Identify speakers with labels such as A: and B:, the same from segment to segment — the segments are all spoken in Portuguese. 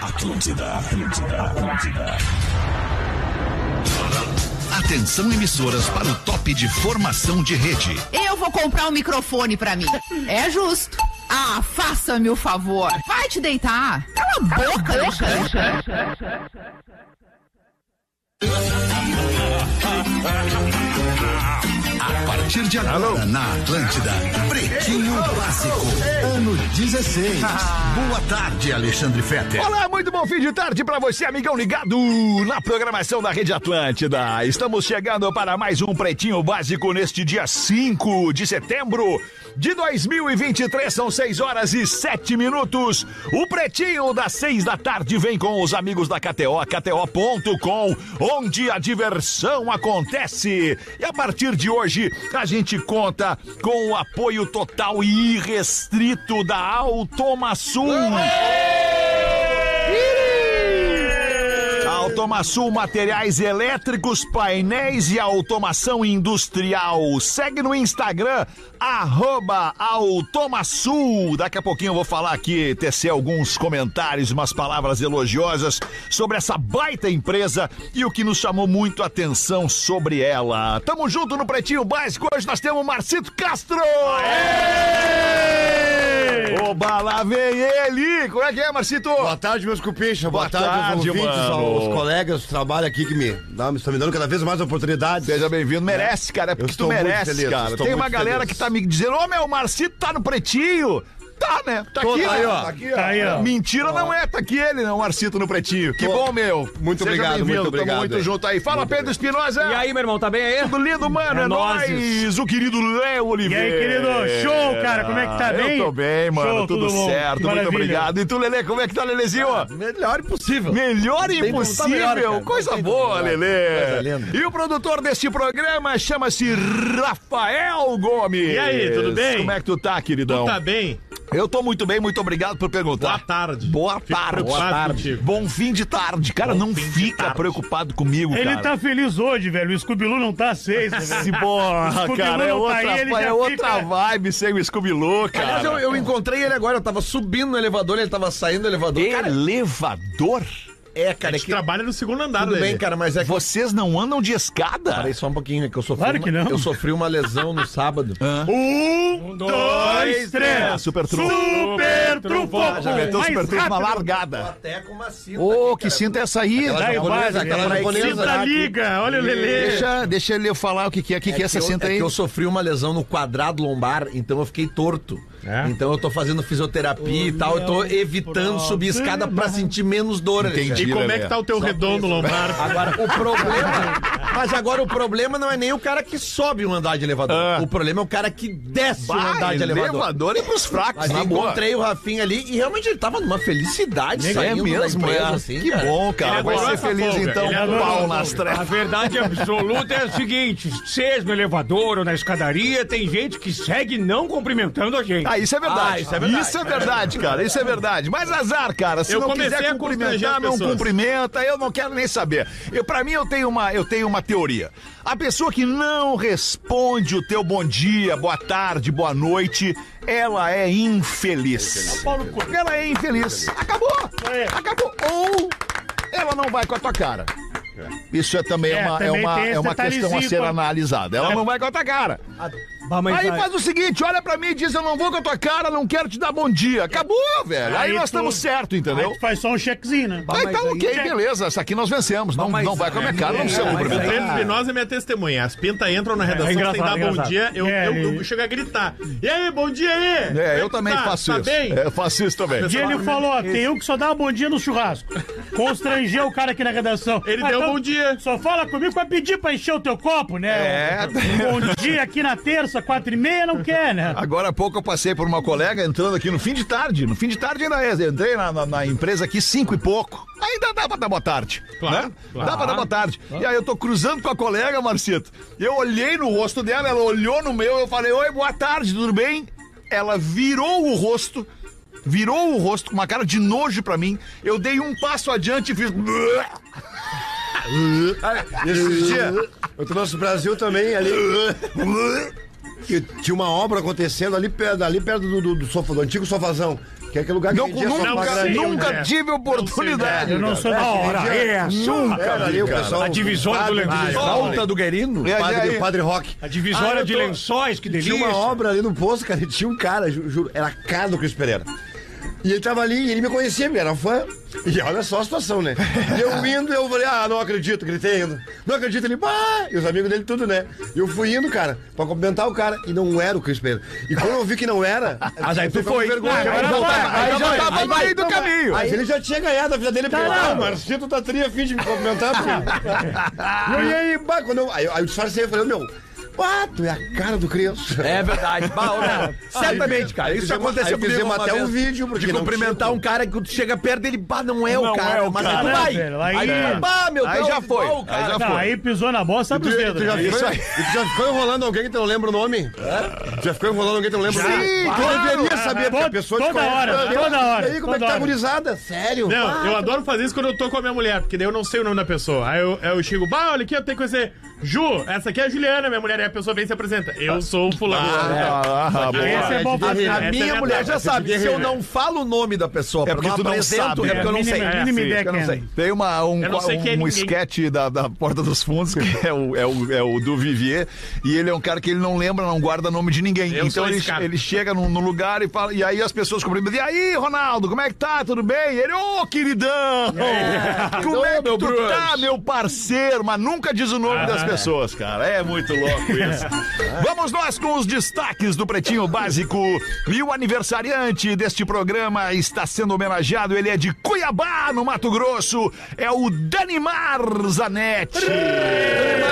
A: Atlântida, Atlântida, Atlântida.
B: Atenção emissoras para o top de formação de rede.
C: Eu vou comprar um microfone pra mim. É justo. Ah, faça-me o favor. Vai te deitar. Cala a boca, Alexandre.
B: A partir de agora na Atlântida, Pretinho Básico, ano 16. Boa tarde, Alexandre Fetter.
D: Ah. Olá, muito bom fim de tarde pra você, amigão ligado na programação da Rede Atlântida. Estamos chegando para mais um Pretinho Básico neste dia 5 de setembro de 2023. São 6 horas e 7 minutos. O Pretinho das 6 da tarde vem com os amigos da KTO, KTO.com, onde a diversão acontece. E a partir de hoje, a gente conta com o apoio total e irrestrito da Automaçul. Automaçul Materiais Elétricos, Painéis e Automação Industrial. Segue no Instagram, arroba Automaçul. Daqui a pouquinho eu vou falar aqui, tecer alguns comentários, umas palavras elogiosas sobre essa baita empresa e o que nos chamou muito a atenção sobre ela. Tamo junto no Pretinho Básico, hoje nós temos Marcito Castro! Oba, lá vem ele! Como é que é, Marcito?
E: Boa tarde, meus cupichas. Boa,
D: Boa
E: tarde, aos
D: tarde,
E: ouvintes,
D: mano.
E: aos colegas do trabalho aqui que me dá- estão me dando cada vez mais oportunidades.
D: Seja bem-vindo. Merece, cara. É porque tu
E: Né? estou muito
D: merece,
E: feliz,
D: cara.
E: estou
D: Tem uma
E: muito
D: galera
E: feliz.
D: que tá me dizendo, ô meu, o Marcito tá no pretinho. Tá, né? Tá
E: Tô-
D: aqui,
E: tá aí,
D: né?
E: ó.
F: Tá aí, ó.
D: Mentira não é, tá aqui ele, né? O Marcito no pretinho. Que
E: Tô-
D: bom, meu.
E: Muito
D: Seja
E: obrigado,
D: bem-vindo.
E: muito obrigado,
D: Tamo muito
E: aí.
D: junto aí. Fala, Pedro Espinosa.
G: E aí, meu irmão, tá bem aí?
D: Tudo lindo, mano. É,
G: É
D: nóis.
G: nóis.
D: O querido Léo
F: E
D: Oliveira.
F: aí, querido? Show, cara, como é que tá? Bem?
D: Eu tô bem, mano.
F: Show,
D: tudo,
F: tudo bom.
D: certo.
F: Que
D: Muito
F: maravilha.
D: obrigado. E tu, Lelê, como é que tá, Lelezinho?
E: Ah, Melhor impossível.
D: Melhor
E: como tá
D: impossível.
E: melhor, cara. Não
D: Coisa
E: tem
D: boa,
E: como melhor.
D: Lelê.
E: Coisa linda.
D: E o produtor deste programa chama-se Rafael Gomes.
F: E aí, tudo bem?
D: Como é que tu tá, queridão?
F: Tá bem?
D: Eu tô muito bem, muito obrigado por perguntar.
F: Boa tarde.
D: Boa
F: Fico
D: tarde.
F: preocupado contigo.
D: Bom fim de tarde. Cara, não fica preocupado comigo,
F: Ele
D: cara.
F: tá feliz hoje, velho. O Scooby-Loo não tá às seis, né, velho?
D: Se borra,
F: Scooby-Doo
D: cara. É
F: não tá
D: outra,
F: aí, ele já
D: é outra
F: fica-
D: vibe sem o Scooby-Loo, cara.
E: Mas eu, eu encontrei ele agora, eu tava subindo no elevador, ele tava saindo do elevador. Cara,
D: Elevador?
E: é, cara, é que,
F: trabalha no segundo andar,
E: tudo bem, cara, mas é que...
D: Vocês não andam de escada?
E: Parei só um pouquinho, é que eu sofri,
F: Claro
E: uma,
F: que não.
E: eu sofri uma lesão no sábado.
D: Ah,
F: Um, dois,
D: É,
F: três.
D: super trunfo.
F: Super trunfo.
D: Ah, já meteu o
F: Mais
D: super trunfo na
F: rápido.
D: largada.
E: Até com uma cinta.
D: Ô,
E: aqui,
D: que
E: cara.
D: cinta é essa aí?
E: Aquela
F: Dá
E: japonesa,
F: embaixo,
E: aquela
F: cara.
E: japonesa.
F: Cinta
E: lá, que-
F: liga, olha o Lelê.
D: Deixa, deixa ele eu falar o que, que é, o que, que é, essa
E: eu,
D: cinta
E: é
D: aí.
E: que eu sofri uma lesão no quadrado lombar, então eu fiquei torto.
F: É?
E: Então eu tô fazendo fisioterapia e tal, eu tô evitando subir escada pra sentir menos dor. Alexandre.
D: Entendi.
F: E como
D: Lelê.
F: é que tá o teu redondo lombar?
E: Agora, o problema. Mas agora o problema não é nem o cara que sobe um andar de elevador.
D: Ah.
E: O problema é o cara que desce um
D: Bah,
E: andar de elevador.
D: e pros fracos,
E: Mas eu
D: na boa.
E: encontrei o Rafinha ali e realmente ele tava numa felicidade
D: É
E: saindo da
D: mesmo,
E: empresa,
D: é.
E: assim.
D: que
E: cara.
D: bom, cara.
G: Ele
D: Vai
G: adorou
D: ser
G: essa
D: feliz
F: folga.
D: então,
F: Ele adorou
D: pau
F: essa
D: nas
F: folga.
G: A
D: trevas.
G: verdade absoluta é o seguinte: seja no elevador ou na escadaria, tem gente que segue não cumprimentando a gente.
D: Ah, isso é verdade.
E: Ah,
D: isso é verdade. cara. Isso é verdade. Mas azar, cara. Se
F: Eu
D: não
F: comecei
D: quiser
F: a constranger
D: cumprimentar,
F: as
D: não
F: pessoas.
D: cumprimenta. Eu não quero nem saber. Eu, pra mim, eu tenho, uma, eu tenho uma teoria. A pessoa que não responde o teu bom dia, boa tarde, boa noite, ela é infeliz. Ela é infeliz. Acabou.
F: É.
D: Acabou. Ou ela não vai com a tua cara. Isso é também,
F: É,
D: uma, é
F: também
D: uma,
F: tem esse
D: é uma questão a
F: detalhezinho,
D: ser
F: pô. É.
D: analisada. Ela não vai com a tua cara.
G: Bah, mas
D: Aí
G: a-
D: faz o seguinte, olha pra mim e diz, eu não vou com a tua cara, não quero te dar bom dia. Acabou, velho. Aí,
F: Aí
D: nós
F: tu-
D: estamos certo, entendeu?
F: Aí tu faz só um chequezinho, né?
D: Aí,
G: mas
D: tá
G: aí- é-"
D: ok, beleza. Essa aqui nós vencemos. Não,
G: mas
D: não vai com a minha cara, não precisa
G: é, mas
F: O
D: cumprimentar.
G: aí-
F: Pedro Espinosa é minha testemunha. As pintas entram na
G: É
F: redação sem
G: engraçado,
F: dar bom
G: engraçado.
F: dia, eu,
G: É,
F: eu, eu
G: ele-
F: chego a gritar. E aí, bom dia aí! Como
D: É,
F: é
D: eu
F: que
D: também
F: tá?
D: faço
F: tá
D: isso.
F: Bem?
D: É, eu faço isso também.
F: Pessoal,
D: Mas
F: Dia
G: Ele
F: ele
G: falou, ó,
F: tem
G: tem
F: um que só dá bom dia no churrasco. Constrangeu o cara aqui na redação. Ele deu bom dia.
G: Só
F: Fala comigo pra pedir pra encher o teu copo, né?
D: É.
F: Um Bom dia aqui na terça, quatro e meia, não quer, né?
D: Agora há pouco eu passei por uma colega entrando aqui no fim de tarde. No fim de tarde ainda é. Entrei na, na- na empresa aqui cinco e pouco. Ainda dá pra dar boa tarde.
F: Claro,
D: né? Dá pra dar boa tarde. E aí eu tô cruzando com a colega, Marcito. Eu olhei no rosto dela, ela olhou no meu, eu falei, oi, boa tarde, tudo bem? Ela virou o rosto. Virou o rosto com uma cara de nojo pra mim. Eu dei um passo adiante e fiz.
E: Cara, esses dias, eu tô no nosso Brasil também, ali. que tinha uma obra acontecendo ali perto, ali perto do, do, do sofa- do antigo sofazão.
H: Que é aquele lugar que
D: Não,
H: vendia só
D: nunca
H: flagrante.
D: nunca
F: é.
D: tive oportunidade.
F: Eu não sou da hora.
H: vendia-
G: É,
H: Era ali, o pessoal-
G: a divisória do
H: Padre-
G: lençóis.
E: Falta do Guerino?
D: É,
H: é Padre,
D: é,
H: padre Rock.
G: A divisória
D: Ah,
G: de lençóis, que delícia.
H: Tinha uma obra ali no posto, cara, e tinha um cara, ju- juro, era a cara do Cris Pereira. E ele tava ali, e ele me conhecia, ele era fã. E olha só a situação, né? E eu indo, eu falei, ah, não acredito, gritei ainda. Não acredito, ele, bah! E os amigos dele tudo, né? E eu fui indo, cara, pra cumprimentar o cara. E não era o Cris Pereira. E quando eu vi que não era... Mas aí tu foi. Vergonha,
F: Ah, agora vai,
D: Aí já tava no meio do
H: Não, mas-
D: caminho.
H: Mas ele já tinha ganhado a vida dele, porque
F: Caramba.
H: ah, Marcinho, tu tá tri a fim de me cumprimentar, filho. e eu, e aí, bah, quando eu, aí, eu- aí eu disfarcei, eu falei, meu, ah, tu é a cara do Cris.
E: É verdade. Bah, ô, meu, certamente, cara. Isso
H: fizemos-
E: aconteceu
H: aí fizemos
E: uma
H: até
E: vez
H: um vídeo, porque
E: De
H: não
E: cumprimentar
H: tinha.
E: um cara que tu chega perto dele, bah, não é o
G: Não
E: cara.
G: é o
E: mas
G: cara.
E: aí tu
F: Não,
E: vai.
F: velho,
E: aí,
F: aí-
E: tu, bah, meu
D: Aí
E: Deus,
D: já foi.
E: igual o cara.
D: Aí já
F: Não,
D: foi.
F: aí pisou na bola, sabe os dedos.
H: Tu já,
F: né?
H: ficou, e tu já ficou enrolando alguém que tu não lembra o nome? Já ficou enrolando alguém que tu não lembra o nome?
D: Sim,
H: tu deveria saber, porque a
F: Toda-
H: pessoa te
F: toda
H: conhece.
F: hora, toda hora,
H: E aí, como é que
F: toda
H: tá
F: hora.
H: gurizada? Sério?
I: Não, eu adoro fazer isso quando eu tô com a minha mulher, porque daí eu não sei o nome da pessoa. Aí eu, aí eu chego, bah, olha aqui, eu tenho que conhecer. Ju, essa aqui é a Juliana, minha mulher, e a pessoa vem e se apresenta. Eu sou o fulano.
D: Ah, boa.
F: Esse é bom pra
E: A
I: Essa
E: minha
I: é minha
E: mulher
I: dor,
E: já
I: essa é
E: sabe.
I: de
E: Se eu
I: guerreiro.
E: não falo o nome da pessoa,
D: É
E: pra
D: porque
E: não
D: tu não
E: apresento,
D: sabe.
E: é porque eu não sei.
F: Mínima- mínima ideia
E: porque eu
F: quem
E: não
F: é.
E: sei.
D: Tem uma, um,
I: Eu não sei
D: um
I: quem é ninguém.
D: sketch da, da Porta dos Fundos, que é o, é, o, é o do Vivier, e ele é um cara que ele não lembra, não guarda nome de ninguém.
I: Eu
D: então
I: sou
D: ele,
I: esse cara.
D: ele chega num, num lugar e fala, e aí as pessoas cumprimentam, e aí, Ronaldo, como é que tá? Tudo bem? Ele, ô, queridão! Como é que tu tá, meu parceiro? Mas nunca diz o nome
I: Ah.
D: das pessoas, cara. É muito louco isso. Vamos nós com os destaques do Pretinho Básico. E o aniversariante deste programa está sendo homenageado. Ele é de Cuiabá, no Mato Grosso. É o Danimar Zanetti.
F: É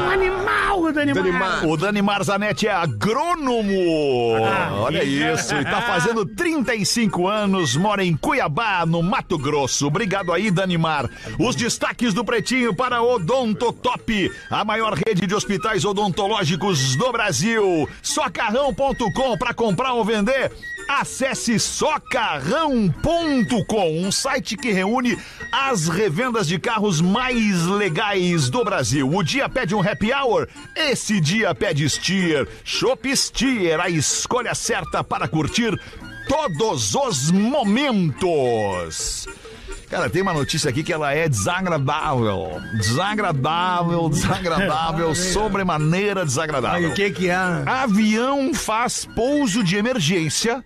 F: um animal, o Danimar.
D: O Dani Marzanetti é agrônomo. Olha isso. E tá fazendo 35 anos, mora em Cuiabá, no Mato Grosso. Obrigado aí, Danimar. Os destaques do Pretinho para Odontotop, a maior rede de hospitais odontológicos do Brasil. Socarrão.com para comprar ou vender. Acesse socarrão.com, um site que reúne as revendas de carros mais legais do Brasil. O dia pede um happy hour, esse dia pede Steer. Shop Steer, a escolha certa para curtir todos os momentos. Cara, tem uma notícia aqui que ela é desagradável. Desagradável, desagradável, sobremaneira desagradável.
E: que que é?
D: Avião faz pouso de emergência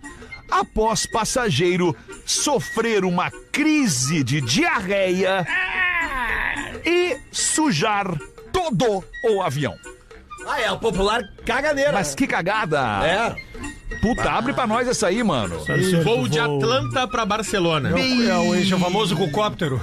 D: após passageiro sofrer uma crise de diarreia e sujar todo o avião.
E: Ah, é a popular caganeira.
D: Mas que cagada!
E: É.
D: Puta, abre pra nós essa aí, mano.
I: Voo de Atlanta pra Barcelona.
G: É o, esse é o famoso cucóptero.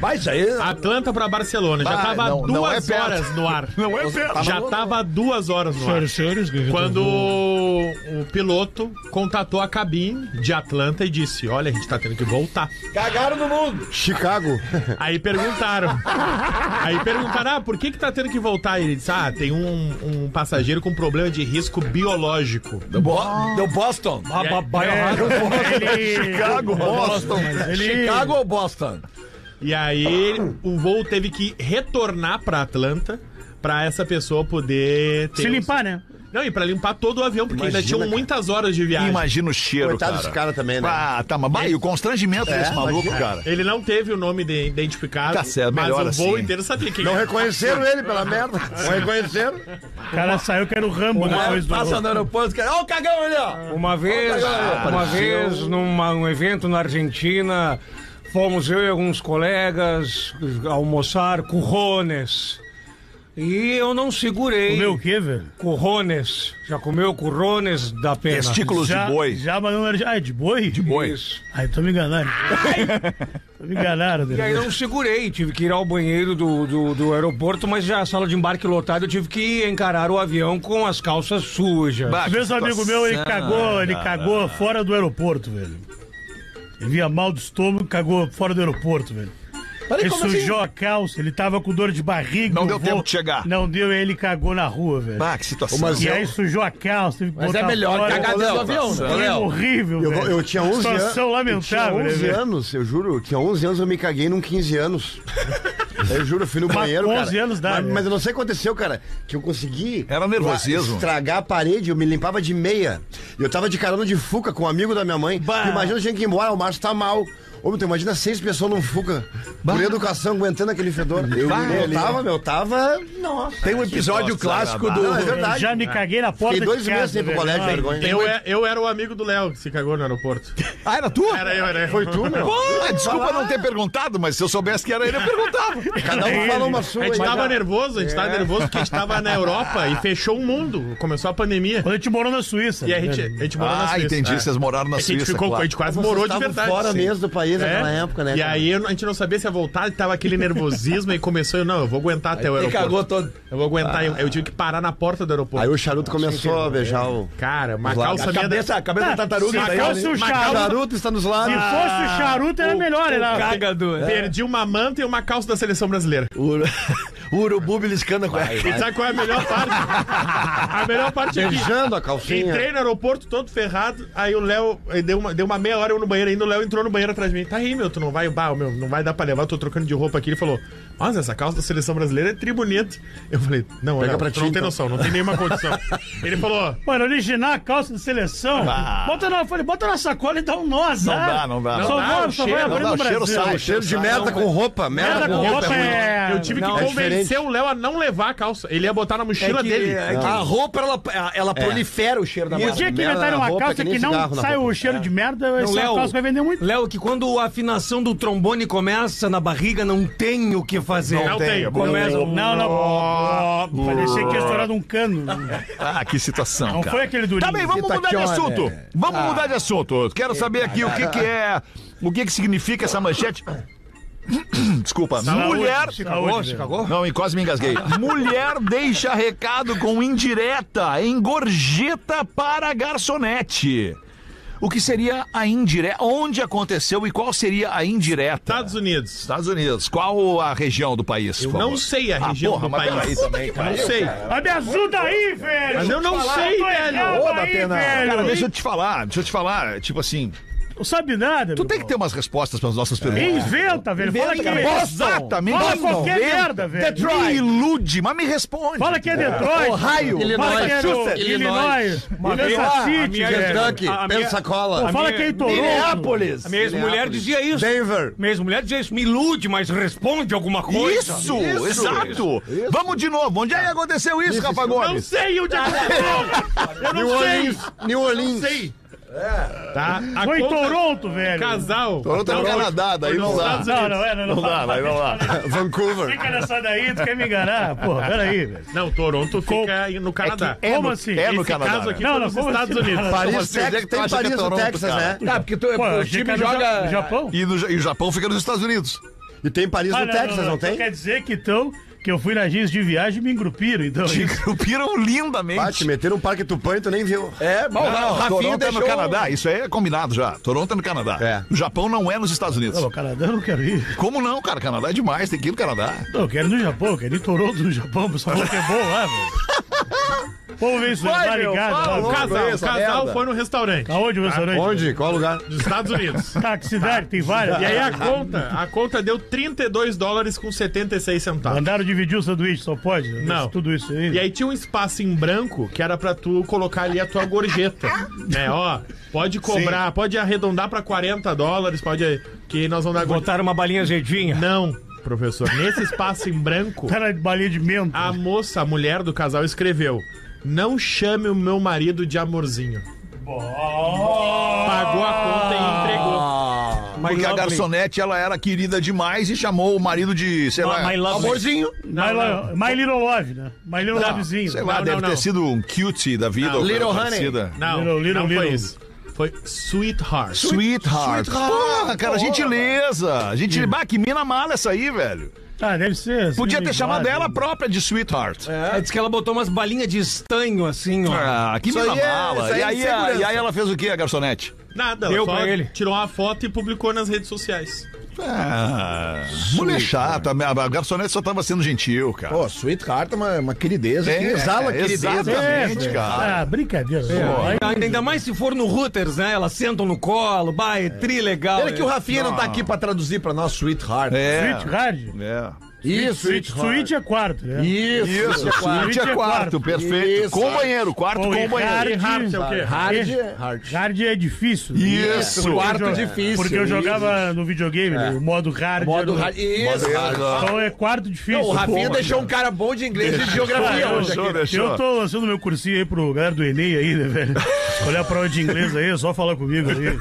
E: Mas isso aí...
I: Atlanta pra Barcelona. Já
D: Ah,
I: tava
D: não- não é
I: duas
D: perto.
I: horas no ar.
D: Não é perto.
I: Já tava duas horas no ar.
F: Senhoras e senhores, que-
I: Quando o piloto contatou a cabine de Atlanta e disse: Olha, a gente tá tendo que voltar.
E: Cagaram no mundo.
H: Chicago.
I: Aí perguntaram. Aí perguntaram, ah, por que que tá tendo que voltar? Ele disse, ah, tem um, um passageiro com problema de risco biológico.
E: Do, Bo- do Boston.
F: Ah, babá, ele-
D: Chicago,
E: Boston.
F: Ele-
E: Chicago ou Boston?
I: E aí o voo teve que retornar pra Atlanta pra essa pessoa poder... ter
F: Se
I: um-
F: limpar, né?
I: Não, e pra limpar todo o avião, porque ainda tinham muitas horas de viagem.
D: Imagina o cheiro,
H: Coitado
D: cara.
H: desse cara também, né?
D: Ah, tá, mas bah, e o constrangimento desse maluco, cara.
I: Ele não teve o nome de- identificado,
D: Tá certo,
I: mas
D: melhor
I: o voo
D: assim.
I: inteiro sabia quem
H: Não
I: era.
H: reconheceram ele pela merda. Não reconheceram.
F: O cara saiu que era Ah, o Rambo depois do...
E: Passa no aeroporto, cara. Ó o cagão ali, ó.
G: Uma vez, uma vez, numa- num evento na Argentina, fomos eu e alguns colegas almoçar currones. E eu não segurei.
F: Comeu o quê, velho?
G: Currones. Já comeu currones da pena?
D: Testículos
F: Já-
D: de boi.
F: Já, mas não era... de- Ah, é de boi? De
D: boi.
G: Isso.
F: Ai, tô me enganando. tô me enganando.
G: E aí
D: é
F: Deus.
G: não segurei, tive que ir ao banheiro do, do, do aeroporto, mas já a sala de embarque lotada, eu tive que encarar o avião com as calças sujas.
D: Bah, que
F: Mesmo um amigo meu, ele
D: né,
F: cagou, ele cagou fora do aeroporto, velho. Ele vinha mal do estômago, cagou fora do aeroporto, velho.
E: Olha
F: Ele
E: como assim?
F: sujou a calça, ele tava com dor de barriga.
D: Não
F: no
D: deu
F: voo.
D: tempo de chegar.
F: Não deu, e ele cagou na rua, velho.
D: Bah, Ah, que situação.
F: E aí sujou a calça, teve que
E: Mas é
F: botar
E: melhor
F: fora.
E: cagar dentro do avião, né?
F: Foi
E: Léo?
F: horrível,
H: Eu,
F: velho.
H: eu tinha 11 anos.
F: Situação lamentável,
H: Eu
F: né,
H: tinha 11
F: velho?
H: anos, eu juro. Eu tinha 11 anos, eu me caguei num 15 anos. Eu juro, eu fui no
F: Mas
H: banheiro, cara.
F: 11 anos dá,
H: Mas,
F: né?
H: mas eu não sei o que aconteceu, cara, que eu consegui...
D: Era nervosismo.
H: Estragar a parede, eu me limpava de meia. Eu tava de carona de fuca com um amigo da minha mãe. Imagina, eu tinha que ir embora, o Márcio tá mal. Ô, meu, tu imagina seis pessoas num fuca, por educação, aguentando aquele fedor. Eu, eu tava, meu, eu tava... Nossa.
E: Tem um episódio
D: Nossa,
E: clássico do.
H: Não, é
F: Eu
H: verdade.
F: já me caguei na porta
H: Fiquei dois
F: de casa,
H: meses sem ir pro
F: velho. um
H: colégio,
F: Ai,
H: vergonha.
I: Eu, é- eu era o amigo do Léo que se cagou no aeroporto.
D: Ah, era tu?
I: Era eu, era eu.
H: Foi tu, meu?
D: Pô, desculpa não ter perguntado, mas se eu soubesse que era ele, eu perguntava.
H: Cada um fala uma sua.
I: A gente
H: aí.
I: tava nervoso, a gente
H: É.
I: tava nervoso porque a gente tava na Europa e fechou o mundo. Começou a pandemia.
F: Quando a gente morou na Suíça.
I: E a
F: né,
I: gente,
F: velho?
I: a gente morou na
D: Ah,
I: Suíça.
D: entendi.
I: É.
D: Vocês moraram na
I: a gente
D: Suíça.
I: ficou,
D: claro.
I: a gente quase
H: Vocês
I: morou de
H: estavam
I: verdade.
H: fora
I: sim. É.
H: mesmo do país naquela época, né,
I: E
H: cara?
I: aí eu não- a gente não sabia se ia voltar, tava aquele nervosismo e começou, eu, não, eu vou aguentar até o
E: Ele
I: aeroporto.
E: cagou todo.
I: Eu vou aguentar, eu,
H: Ah.
I: eu tive que parar na porta do aeroporto.
H: Aí o charuto começou a beijar o.
I: Cara, uma
H: lá-
I: calça
E: A
I: minha da-
E: cabeça, a cabeça da tartaruga
F: se
E: tá aí,
F: fosse
E: né?
F: o
I: Uma
F: charuto,
I: calça-
H: Charuto está nos lados.
F: se fosse o charuto, era melhor. Era...
G: Cagado.
I: Perdi uma manta e uma calça da seleção brasileira.
E: O uru- o urubu beliscando com ela.
I: E sabe qual é a melhor parte? a melhor parte é que
H: Beijando a calcinha.
I: entrei no aeroporto todo ferrado, aí o Léo, aí deu uma, deu uma meia hora eu no banheiro ainda, o Léo entrou no banheiro atrás de mim. Tá aí, meu, tu não vai, bah, meu, não vai dar pra levar, eu tô trocando de roupa aqui. Ele falou, nossa, essa calça da seleção brasileira é tri bonita. Eu falei, não, Léo,
H: pra
I: tu
H: ti,
I: não tem
H: então."
I: noção, não tem nenhuma condição. Ele falou,
F: Mano, originar a calça de seleção. Bota na, eu falei, bota na sacola e dá um nó, azar.
D: dá, não dá.
F: Só
I: Não dá,
F: vai,
I: o
F: só vai
I: cheiro,
F: abrir
D: não
F: no
D: dá, o cheiro
F: Brasil.
D: sai.
H: Cheiro de merda com roupa. Merda
F: Merda
H: com
F: com
H: roupa.
F: roupa é...
I: eu tive
G: Não,
I: que
G: é
I: convencer o Léo a não levar a calça. Ele ia botar na mochila
G: É que-
I: dele.
G: é
E: A roupa, ela,
H: É.
E: ela prolifera o cheiro da
F: E o dia
E: marca.
F: que
H: merda
F: inventaram
H: na
F: uma
H: roupa é
F: calça
H: que
F: que,
H: nem
F: não
H: cigarro na
F: sai
H: roupa.
F: o cheiro de merda, essa
G: Léo,
F: calça vai vender muito.
G: Léo, que quando a afinação do trombone começa na barriga, não tem o que fazer.
I: Não tem.
E: é
G: Começa o-
F: Não, não. Parecia que ia estourar um cano.
D: Ah, que situação,
F: Não
D: cara.
F: foi aquele durinho.
D: Tá bem, vamos mudar de
E: Itaquione.
D: assunto. Vamos mudar de assunto. Eu Quero saber aqui o que, que é. O que, que significa essa manchete. Desculpa. Mulher.
F: Cagou, se cagou?
D: Não, e quase me engasguei. Mulher deixa recado com indireta em gorjeta para garçonete. O que seria a indireta? Onde aconteceu e qual seria a indireta?
I: Estados Unidos.
D: Estados Unidos. Qual a região do país?
H: Tá
D: Eu
I: Não sei a
H: Ah,
I: região do país. não sei.
F: Mas me ajuda aí, velho!
I: Mas eu não sei,
F: Tô errado
I: velho.
E: Ô,
F: aí,
E: Datena.
D: Cara, deixa
F: velho!
D: eu te falar, deixa eu te falar, tipo assim,
F: Não sabe nada,
D: tu tem que ter umas respostas para as nossas perguntas.
F: Inventa, velho! Fala que é
D: Exatamente.
F: Fala qualquer merda, velho!
D: Me ilude, mas me responde.
F: Fala que é Detroit!
E: Ohio,
F: Fala que é
E: Massachusetts,
F: Illinois! Illinois! Kansas City, velho!
H: Kentucky,
G: a- a minha-
F: Pô,
H: Pensacola,
F: Fala
G: minha-
F: que é em Toronto!
E: Minneapolis.
G: Minha ex-mulher dizia isso.
H: Denver.
G: Minha ex-mulher dizia isso. Me ilude, mas responde alguma coisa.
D: Isso, exato. Vamos de novo. Onde é que aconteceu isso, Rafa
I: Não
D: Gomes?
I: sei
F: é
I: onde aconteceu. Eu
H: New
I: não sei.
H: Orleans. New Orleans.
I: sei. Tá? A
F: Foi em
I: conta-
F: Toronto, velho!
I: Casal.
D: Toronto é no Canadá, daí não dá.
F: Não, não, é, não, não.
D: Não dá, daí não dá.
H: Vancouver.
F: Fica nessa daí, tu quer me enganar? Porra, peraí, velho!
I: Não, Toronto fica aí no Canadá.
D: É
F: Como
D: no-
F: assim?
D: É no
I: Esse
D: Canadá.
I: caso
D: né?
I: aqui
F: Não,
I: foi
F: não,
I: nos
F: como
I: Estados
F: assim?
I: Unidos.
H: Paris,
D: Você
H: Texas,
D: acha
H: tem
D: que é
H: Paris no
D: Toronto,
H: Texas,
D: cara?
H: né?
E: Tá, porque tu,
F: Pô,
E: o
F: achei que
E: time
F: era no Ja-
E: joga.
F: Japão?
D: E, no, e o Japão fica nos Estados Unidos.
H: E tem Paris
F: Ah,
H: no Texas, não
F: Então Quer
H: tem?
F: dizer que então, que eu fui na agência de viagem e me engrupiram, então.
D: Te grupiram
H: Bate,
D: lindamente.
H: meteram um parque Tupã e tu nem viu.
E: É, bom,
D: Não,
E: o Rafinha
D: Toronto é
E: deixou...
D: no Canadá, isso aí é combinado já. Toronto é no Canadá.
H: É.
D: O Japão não é nos Estados Unidos.
F: Não, o Canadá eu não quero ir.
D: Como não, cara? Canadá é demais, tem que ir no Canadá.
F: Não, eu quero ir no Japão, eu quero ir em Toronto, no Japão. O pessoal falou que é bom lá, velho. O povo venezuelano
D: meu,
F: ligado lá.
D: fala,
I: O
F: velho.
I: casal,
E: é
I: o casal foi no restaurante
F: Aonde o restaurante?
H: Onde? Qual lugar?
I: dos Estados Unidos.
F: Tá, que cidade? Tem várias.
I: E aí a conta, a conta deu 32 dólares com 76 centavos.
F: Mandaram dividir o sanduíche, só pode? né?
I: Não.
F: Tudo isso aí.
I: E aí tinha um espaço em branco que era pra tu colocar ali a tua gorjeta. né, ó, pode cobrar, pode arredondar pra 40 dólares, pode que nós vamos dar gorjeta.
G: Botaram uma balinha azedinha.
I: Não, professor, nesse espaço em branco,
F: Cara de balinha de menta.
I: a moça, a mulher do casal escreveu: "Não chame o meu marido de amorzinho". Pagou a conta e entregou.
G: My
D: Porque a
G: lovely.
D: garçonete, ela era querida demais e chamou o marido de, sei lá,
G: My lovely.
E: Amorzinho.
F: My, lo- My Little Love, né? My Little Lovezinho.
D: Tá. sei lá,
I: Não,
D: deve
I: não,
D: ter
I: não.
D: sido um cutie da vida. ou
E: Little
D: coisa
E: honey.
D: parecida.
I: Não,
F: Little, little,
I: não foi
F: little.
I: isso. Foi sweetheart.
D: Sweetheart. Porra, cara, gentileza. Gente, bah, que mina mala essa aí, velho.
F: Ah, deve ser. assim,
D: Podia
F: meio
D: ter chamado
F: igual,
D: ela
F: né?
D: própria de Sweetheart.
G: É, diz que ela botou umas balinhas de estanho assim, ó.
D: Ah, que mina
E: aí é-
D: mala.
E: isso aí
D: e, aí,
E: é
D: a-
E: insegurança.
D: e aí ela fez o quê, a garçonete?
I: Nada,
G: Deu
I: ela só
G: pra ele.
I: tirou uma foto e publicou nas redes sociais.
D: Ah, mulher chata. A garçonete só tava sendo gentil, cara.
E: Pô, Sweetheart é uma, uma querideza que exala
D: é,
E: querideza.
D: Exatamente,
F: É,
D: cara.
F: Ah, brincadeira. Vai-
G: Ainda, ainda mais se for no Hooters, né? Elas sentam no colo, bah, é tri legal.
E: Pena que o Rafinha não tá aqui pra traduzir pra nós Sweetheart.
D: É.
F: Sweetheart?
D: É.
H: Isso,
F: Suíte, suíte é quarto, né?
H: Isso,
D: Isso,
H: isso.
D: suíte é quarto, perfeito.
H: Isso.
D: Com banheiro, quarto
F: Bom,
D: com
F: e
D: banheiro.
F: hard,
I: Hard é o quê?
H: Hard,
F: é-
H: hard.
F: hard é difícil.
D: Isso.
F: Porque eu
H: Quarto
F: jo-
H: difícil.
F: Porque eu jogava no videogame, né, o modo hard.
H: Modo
F: era-
H: hard. Isso.
F: Então é quarto difícil.
E: Não, o Rafinha
F: Pô,
E: deixou um cara bom de inglês e de geografia
F: Eu,
E: hoje.
D: Deixou,
E: aqui.
D: deixou.
F: eu tô lançando meu cursinho aí pro galera do Enem aí, né, velho? Olhar pra onde de inglês aí, é só falar comigo aí.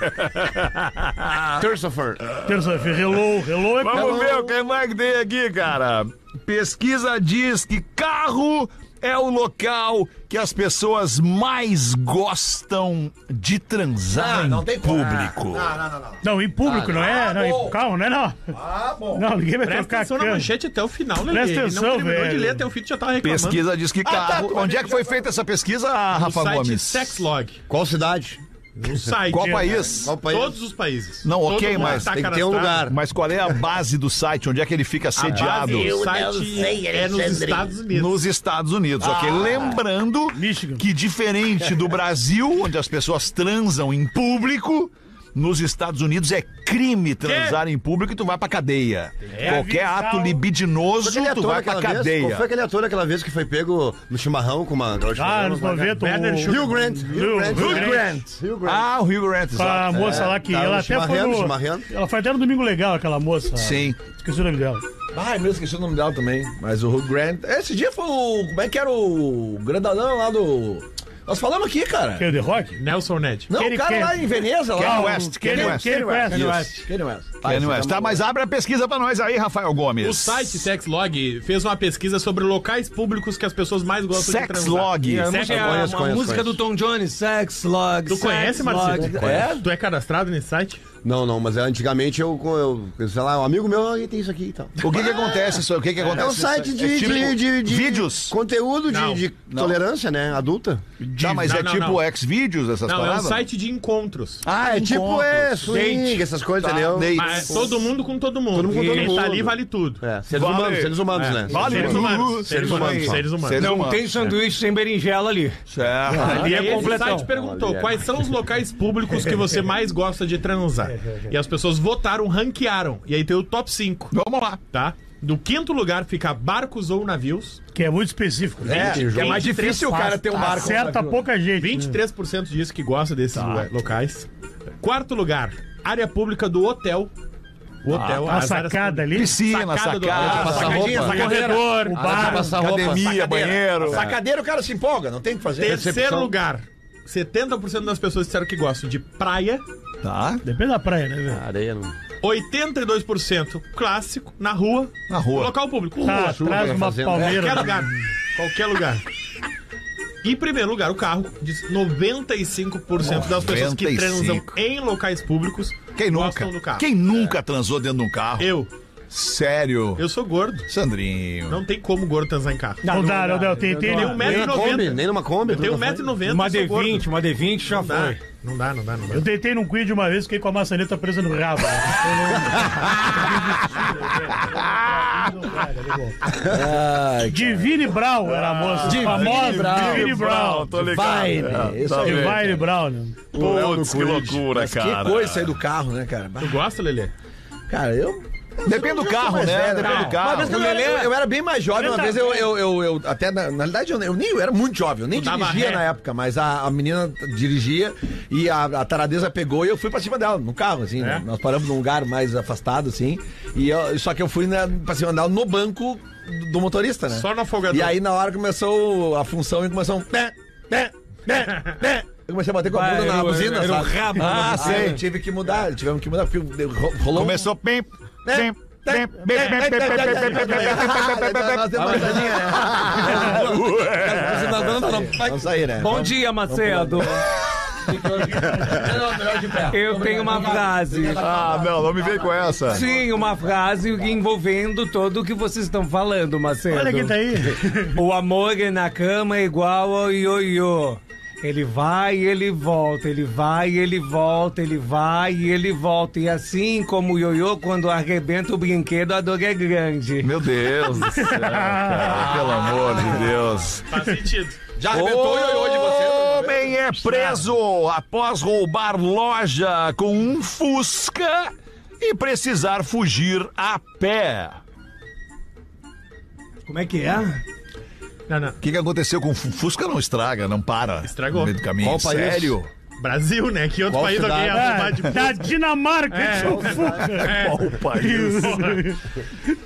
H: Christopher.
F: Terça-feira, hello, hello é
D: Vamos ver o que mais que tem aqui, cara. Pesquisa diz que carro é o local que as pessoas mais gostam de transar
E: Ah,
D: em
E: não tem como.
D: público.
F: Não, em público, não é? não, em carro, não é não.
E: Ah, bom.
F: Não, ninguém vai
I: Presta
F: trocar a
I: atenção na
F: cama.
I: manchete até o final, Lelê.
F: Presta
I: Ele
F: atenção,
I: não terminou de
F: velho.
I: ler até o fim, tu já tava reclamando.
D: Pesquisa diz que carro.
E: tu
D: Onde é que foi feita essa pesquisa,
I: O
D: Rafa
I: site
D: Gomes?
I: Sexlog.
H: Qual cidade?
I: O site.
D: Qual país?
H: Qual país?
I: Todos os países.
D: Não,
I: Todo
D: ok,
I: mundo
D: mas
I: tá
H: tem que ter um
I: cadastrado.
H: lugar.
D: Mas né? qual é a base do site? Onde é que ele fica
I: A base
D: sediado?
I: do site é nos Estados Unidos.
D: Nos Estados Unidos,
I: Ah,
D: ok? Lembrando
F: Michigan.
D: que, diferente do Brasil, onde as pessoas transam em público, nos Estados Unidos é crime transar em público e tu vai pra cadeia. Qualquer
F: avisar
D: ato
F: o-
D: libidinoso,
H: Aquele
D: tu
H: é ator
D: vai pra
H: aquela vez? Qual
D: cadeia.
H: foi aquele ator aquela vez que foi pego no chimarrão com uma gaúcha?
F: Ah, anos 90.
I: Werner
F: O,
H: Hugh Grant.
F: Hugh
H: Hugh
F: Grant.
H: Grant. Hugh Grant.
D: Ah, o Rio Grant,
F: com a
D: exato.
F: moça lá que
H: tá,
F: ela
H: o
F: até foi
H: Chimarrendo,
F: no,
H: Chimarrendo.
F: Ela foi até no Domingo Legal, aquela moça.
D: É. Sim.
F: Esqueci o nome dela.
E: Ah, eu esqueci o nome dela também. Mas o Hugh Grant. Esse dia foi o. Como é que era o grandalão lá do. Nós falamos aqui, cara.
F: Quem é o The Rock?
I: Nelson Ned.
E: Não,
F: Kenny
E: o cara lá
F: Kent.
E: em Veneza, lá.
D: Kanye
E: o-
D: West, Kanye West.
F: Quem conhece?
E: Kanye
F: eu acho.
E: West. Kanye West.
D: Tá, Kanye West.
H: então.
D: Tá, mas abre a pesquisa pra nós aí, Rafael Gomes.
I: O site Sexlog fez uma pesquisa sobre locais públicos que as pessoas mais gostam de transar.
D: Sexlog.
G: E a música,
I: Sex-
G: a-
H: conheço,
G: a
H: conheço,
G: música
H: conheço.
G: do Tom Jones, Sex Log.
I: Tu
G: sex
I: conhece,
G: log.
I: Marcelo?
E: É?
I: Tu é cadastrado nesse site?
H: Não, não, mas é, antigamente eu, eu, sei lá, um amigo meu "Ah, tem isso aqui e tal.
D: O que que acontece, senhor? O que que acontece?
H: É um site de,
D: É tipo
H: de, de- de-
D: Vídeos.
H: Conteúdo de,
I: Não,
H: de tolerância, né? Adulta.
D: Tá, mas
I: Não,
D: é
I: não,
D: tipo
I: não.
D: ex-vídeos, essas
I: Não, é um
D: paradas?
I: site de encontros.
H: Ah, é tipo é, swing,
I: Date.
H: essas coisas,
D: Tá,
H: entendeu?
D: dates.
I: Mas todo mundo com todo mundo.
H: Todo mundo com todo
I: Quem
H: mundo.
I: tá ali vale tudo.
H: É, seres
D: Vale.
H: humanos, seres humanos, né?
D: Vale
I: Seres
D: tudo.
I: humanos. Seres humanos. Seres humanos.
D: Seres
G: Não
D: humanos.
G: tem sanduíche sem berinjela ali.
D: Certo.
I: E
G: Ali é
I: aí esse
G: completão.
I: site perguntou quais são os locais públicos que você mais gosta de
H: É
I: transar. E as pessoas votaram, ranquearam. E aí tem o top 5,
D: Vamos lá.
I: tá? Do quinto lugar fica barcos ou navios.
F: Que é muito específico. né?
E: É, é mais difícil o cara ter um barco.
F: Acerta pouca
H: Hum.
F: gente.
I: 23% diz que gosta desses
H: Tá.
I: lugar- locais. Quarto lugar, área pública do hotel. O
H: Ah,
I: hotel,
H: tá
F: A
I: as áreas
F: sacada ali.
D: Piscina,
I: Sacada do-
D: sacada,
I: Ah,
E: sacadinha,
D: passa-roupa,
E: sacadinha.
F: Corredor, o
E: Ah,
F: bar.
E: passa roupa,
D: academia,
E: sacadeira.
D: banheiro.
E: Sacadeira, o cara se empolga, não tem o que fazer.
I: Terceiro
E: Recepção.
I: lugar, 70% das pessoas disseram que gostam de praia.
D: Tá,
F: Depende da praia, né, velho?
H: Areia, não.
I: 82% clássico, na rua.
D: na rua. Ah, né?
I: Local público,
F: Tá
I: rua.
F: atrás de uma
H: fazenda.
I: Qualquer
F: palmeira.
I: lugar. Qualquer lugar. Em primeiro lugar, o carro. Diz 95% das pessoas que
D: 95.
I: transam em locais públicos
D: Quem
I: gostam
D: nunca?
I: do carro.
D: Quem nunca transou dentro de um carro?
I: Eu.
D: Sério.
I: Eu sou gordo.
D: Sandrinho.
I: Não tem como gordo transar em carro.
F: Não dá, não dá. Tem tem
I: Eu
F: ali
I: tenho
F: um
H: Nem na Kombi,
I: 1,90m.
H: nem numa Kombi.
I: Eu tenho
H: nunca foi.
I: 1,90m.
G: Uma
I: sou gordo.
G: D20, uma D20 já
I: Não dá,
G: foi.
I: não dá, não dá. Não dá.
F: Eu deitei num quid uma vez, fiquei com a maçaneta presa no rabo. Divine Brown
I: Ah.
F: era a moça. famosa
E: Brown.
F: Divine Brown.
D: tô ligado.
E: Divine, isso
D: Tá
E: aí.
D: bem.
F: Divine Brown. né?
D: Putz, que loucura,
E: Mas
D: cara.
E: Que coisa sair do carro, né, cara? Bah,
I: Tu gosta, Lelê?
E: Cara, eu.
D: Depende do carro, né? Depende do carro.
E: Uma vez que eu, era, eu, eu era bem mais jovem, uma vez eu, eu, eu, eu- até, na, na verdade, eu, eu nem eu era muito jovem, eu nem
I: Tu dava
E: dirigia
I: ré.
E: na época, mas a, a menina dirigia e a, a taradeza pegou e eu fui pra cima dela, no carro, assim, né? nós paramos num lugar mais afastado, assim, e eu- só que eu fui na, pra cima dela no banco do, do motorista, né?
I: Só no afogador.
E: E aí, na hora, começou a função e começou um pé, pé, pé, pé. Eu comecei a bater com a
G: Bah,
E: bunda na
G: era o-
E: buzina,
G: era o
E: sabe?
G: rabo da
E: ah,
G: buzina.
E: sei. Tive que mudar, tivemos que mudar, porque eu- ro- rolou um-
D: Começou pim, pim, pim, pim, pim, pim, pim, pim, pim,
E: Nós demos uma salinha, né? Vamos sair, né?
G: Bom dia, Macedo. Eu tenho uma frase.
D: Ah, não, não me vem com essa.
G: Sim, uma frase envolvendo tudo o que vocês estão falando, Macedo.
F: Olha quem tá aí.
G: O amor na cama é igual ao ioiô. Ele vai, ele volta, ele vai, ele volta, ele vai, ele volta. E assim como o ioiô, quando arrebenta o brinquedo, a dor é grande.
D: Meu Deus do céu, cara. Pelo amor de Deus.
I: Faz sentido.
E: Já arrebentou o ioiô de né, você?
D: Homem é preso após roubar loja com um Fusca e precisar fugir a pé.
G: Como é que é?
I: Não, não.
D: O que, que aconteceu com o Fu- Fusca não estraga, não para.
I: Estragou.
D: No meio do caminho.
E: Qual país?
D: Sério?
I: Brasil, né? Que outro
E: Qual
I: país alguém ia
E: cidade?
I: arrumar de
F: Da Ah, tá Dinamarca,
I: É.
F: tio Fuca.
I: É.
D: Qual o país?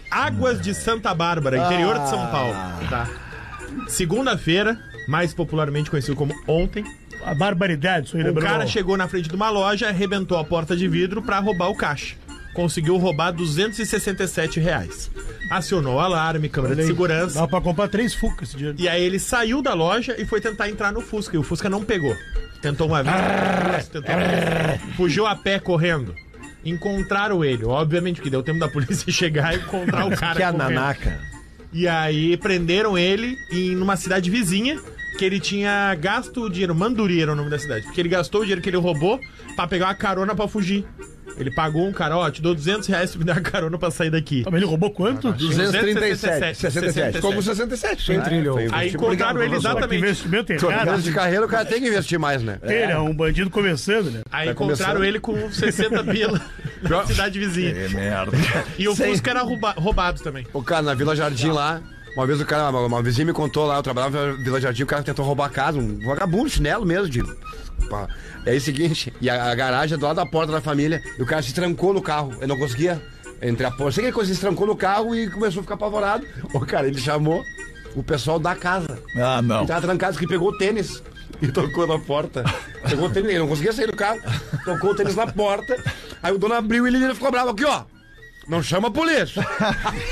I: Águas de Santa Bárbara, interior de
E: Ah.
I: São Paulo. Tá. Segunda-feira, mais popularmente conhecido como ontem,
F: A barbaridade, isso aí,
I: o
F: lembrou?
I: cara chegou na frente de uma loja, arrebentou a porta de vidro pra roubar o caixa. Conseguiu roubar 267 reais. Acionou o alarme, câmera de segurança.
F: Dá pra comprar três Fucas esse dinheiro.
I: E aí ele saiu da loja e foi tentar entrar no Fusca. E o Fusca não pegou. Tentou uma vez, tentou duas, tentou três. Fugiu a pé correndo. Encontraram ele. Obviamente que deu tempo da polícia chegar e encontrar o cara
E: Que a
I: correndo.
E: nanaca.
I: E aí prenderam ele em numa cidade vizinha que ele tinha gasto o dinheiro, Manduri era o nome da cidade, porque ele gastou o dinheiro que ele roubou pra pegar uma carona pra fugir. Ele pagou um cara, ó, te dou 200 reais se me dar uma carona pra sair daqui.
F: Tá, mas Ele roubou quanto?
I: Ah,
E: 237.
I: 67.
E: 67. Ficou com 67.
G: Quem
E: né?
G: trilhou?
E: Foi- foi-
I: Aí encontraram ele
E: obrigado,
F: Sabe que
I: exatamente.
F: investimento é
H: Cara,
F: caro.
H: de carreira, o cara tem que investir mais, né?
F: Ele é um bandido começando, né?
I: Aí
H: Tá
I: encontraram
H: começando.
I: ele com 60 pila na cidade vizinha.
D: É merda.
I: E o
E: Sei.
I: Fusca era rouba- roubado também.
H: O cara, na Vila Jardim lá, uma vez o cara, uma, uma vizinha me contou lá, eu trabalhava na Vila Jardim, o cara tentou roubar a casa, um vagabundo, chinelo mesmo, de. pá. E aí, é seguinte, e a, a garagem é do lado da porta da família, e o cara se trancou no carro, ele não conseguia entrar. Por sei que ele se trancou no carro e começou a ficar apavorado. O cara, ele chamou o pessoal da casa,
D: Ah, não.
H: que tava trancado, que pegou o tênis. E tocou na porta. Pegou o tênis, ele não conseguia sair do carro. Tocou o tênis na porta. Aí o dono abriu e ele ficou bravo. Aqui, ó. Não chama a polícia.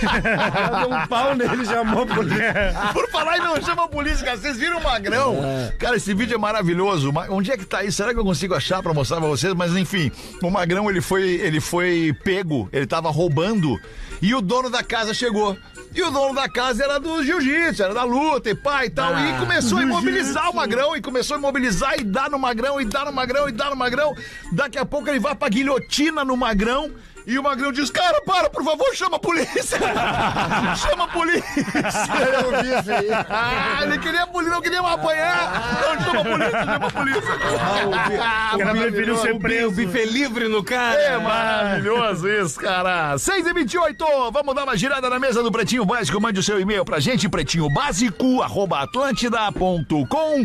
H: Ela deu um pau nele, chamou a polícia.
D: Por falar e não chama a polícia, cara. Vocês viram o Magrão? Cara, esse vídeo é maravilhoso. Ma- Onde é que tá isso? Será que eu consigo achar pra mostrar pra vocês? Mas enfim, o Magrão ele foi, ele foi pego, ele tava roubando e o dono da casa chegou. E o dono da casa era do jiu-jitsu, era da luta e pá e tal. e começou a imobilizar o Magrão, e começou a imobilizar e dar no Magrão, e dar no Magrão, e dar no Magrão. Daqui a pouco ele vai pra guilhotina no Magrão. E o Magrão diz: Cara, para, por favor, chama a polícia! chama a polícia!
H: Eu vi isso aí.
D: Ah, ele queria a polícia, não queria me apanhar. Não, chama a polícia, chama a polícia.
I: Ah,
F: O cara preferiu ser
G: O
F: preso.
G: bife livre no cara.
D: É maravilhoso isso, cara. 6 e 28 vamos dar uma girada na mesa do Pretinho Básico. Mande o seu e-mail pra gente, pretinhobásico, arroba atlântida.com.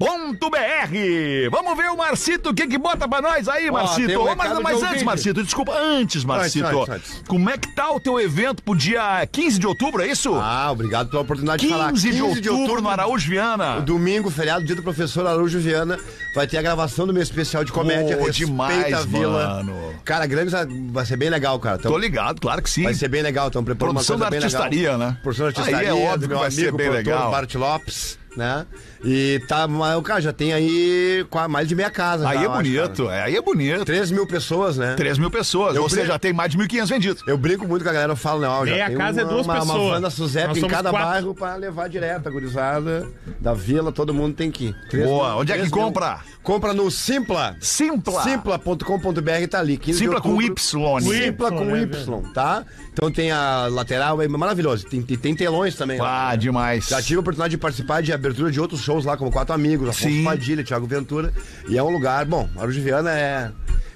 D: Vamos ver o Marcito, o que que bota pra nós aí, Marcito?
H: tem um
D: Ô, mas
H: recado de
D: mas antes,
H: ouvinte.
D: Marcito, desculpa, antes, Marcito.
H: Antes, antes, antes.
D: Como é que tá o teu evento pro dia 15 de outubro, é isso?
H: Ah, obrigado pela oportunidade de falar.
D: 15, de outubro, no Araújo Viana.
H: Domingo, feriado, dia do professor Araújo Viana, vai ter a gravação do meu especial de comédia.
D: Pô,
H: Respeita
D: demais,
H: a vila.
D: mano.
H: Cara, grandes, vai ser bem legal, cara. Então,
D: Tô ligado, claro que sim.
H: Vai ser bem legal, então prepara uma
D: Produção
H: coisa
D: da
H: bem legal.
D: artistaria, né?
H: Produção da artistaria,
D: Aí é óbvio que
H: do meu
D: vai
H: amigo,
D: ser bem
H: produtor
D: legal.
H: Bart Lopes, né? E tá, mas, cara, já tem aí qua- mais de meia casa.
D: Aí
H: já,
D: é
H: eu acho, cara.
D: bonito, é, aí é bonito.
H: 3 mil pessoas, né?
D: 3 mil pessoas,
H: Eu
D: ou seja,
H: pre-
D: já tem mais de 1.500 vendidos.
H: Eu brinco muito com a galera, eu falo, né? ó, já
I: Meia
H: tem
I: casa é
H: uma,
I: duas
H: uma,
I: pessoas.
H: Uma banda
I: Nós
H: Suzepe em
I: somos
H: cada
I: quatro.
H: bairro pra levar direto, a gurizada da vila, todo mundo tem que ir. Três
D: Boa, onde é que
H: três
D: compra?
H: Compra no Simpla.
D: Simpla.
H: Simpla.com.br tá ali. 15 de
D: Simpla com
H: outubro.
D: Y.
H: Simpla com
F: né,
H: Y, tá? Então tem a lateral, é maravilhoso. Tem, tem, tem telões também. lá.
D: Ah, demais.
H: Já tive a oportunidade de participar de abertura de outros shows lá, como Quatro Amigos, Afonso
D: Sim.
H: Padilha, Thiago Ventura. E é um lugar, bom, Araújo Viana é.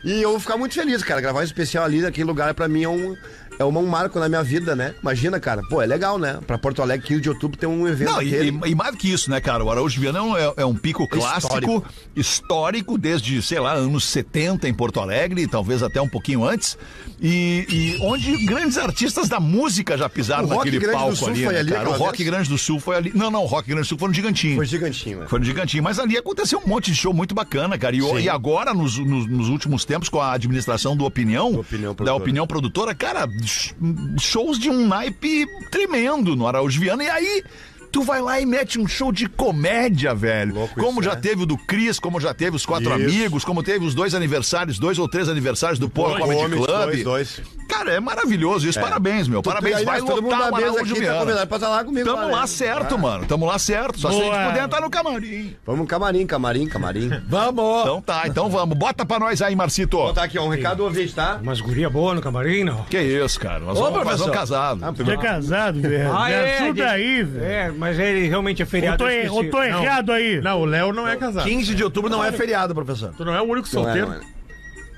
H: E eu vou ficar muito feliz, cara. Gravar um especial ali naquele lugar, pra mim, é um. É uma- um marco na minha vida, né? Imagina, cara. Pô, é legal, né? Pra Porto Alegre, 15 de outubro, tem um evento
D: Não, e,
H: daquele.
D: e- e mais do que isso, né, cara? O Araújo Viana é um, é- é um pico clássico, histórico.
H: Histórico.
D: desde, sei lá, anos 70 em Porto Alegre, talvez até um pouquinho antes. E, e onde grandes artistas da música já pisaram
H: O Rock
D: naquele
H: Grande do
D: palco
H: Sul
D: ali,
H: foi
D: né,
H: ali
D: cara? O
H: aquela
D: Rock
H: vez?
D: Grande do Sul foi ali. Não, não, o Rock Grande do Sul foi no Gigantinho.
H: Foi gigantinho, né?
D: Foi no Gigantinho, mas ali aconteceu um monte de show muito bacana, cara. E, o- e agora, nos, nos- nos últimos tempos, com a administração do Opinião,
H: Do Opinião
D: da
H: Produtora.
D: Opinião Produtora, cara, sh- shows de um naipe tremendo no Araújo Viana. E aí, tu vai lá e mete um show de comédia, velho.
H: Louco
D: como
H: isso,
D: já
H: né?
D: teve o do Cris, como já teve os Quatro
H: Isso.
D: Amigos, como teve os dois aniversários, dois ou três aniversários do Polo Comedy
H: Comedy
D: Club.
H: dois, dois.
D: Cara, é maravilhoso isso. Parabéns, meu.
H: Tu- tu-
D: Parabéns. vai
H: aliás, todo mundo
D: lotar o
H: da mesa
D: Araújo
H: aqui tá convidado
D: Viana.
H: pra estar lá comigo.
D: Tamo lá
H: né?
D: certo, mano. Tamo lá certo. Só se a gente
F: Boa.
D: puder entrar no camarim.
H: Vamos camarim, camarim, camarim.
E: Vamos!
D: Então tá, então vamos. Bota pra nós aí, Marcito.
H: Vou botar aqui, ó, um recado do ouvinte, tá?
G: Umas guria boa no camarim, não?
D: Que isso, cara. Nós vamos fazer um casado.
F: Tu é casado, velho. Me ajuda
G: gente.
F: aí, velho.
G: É, mas ele realmente é
F: Eu
G: feriado.
F: tô,
G: eu
F: er-
G: esqueci.
F: eu tô errado aí.
I: Não, o Léo não é casado.
E: 15 de outubro não é feriado, professor.
I: Tu não é o único
H: Não é,
I: solteiro.
H: não é.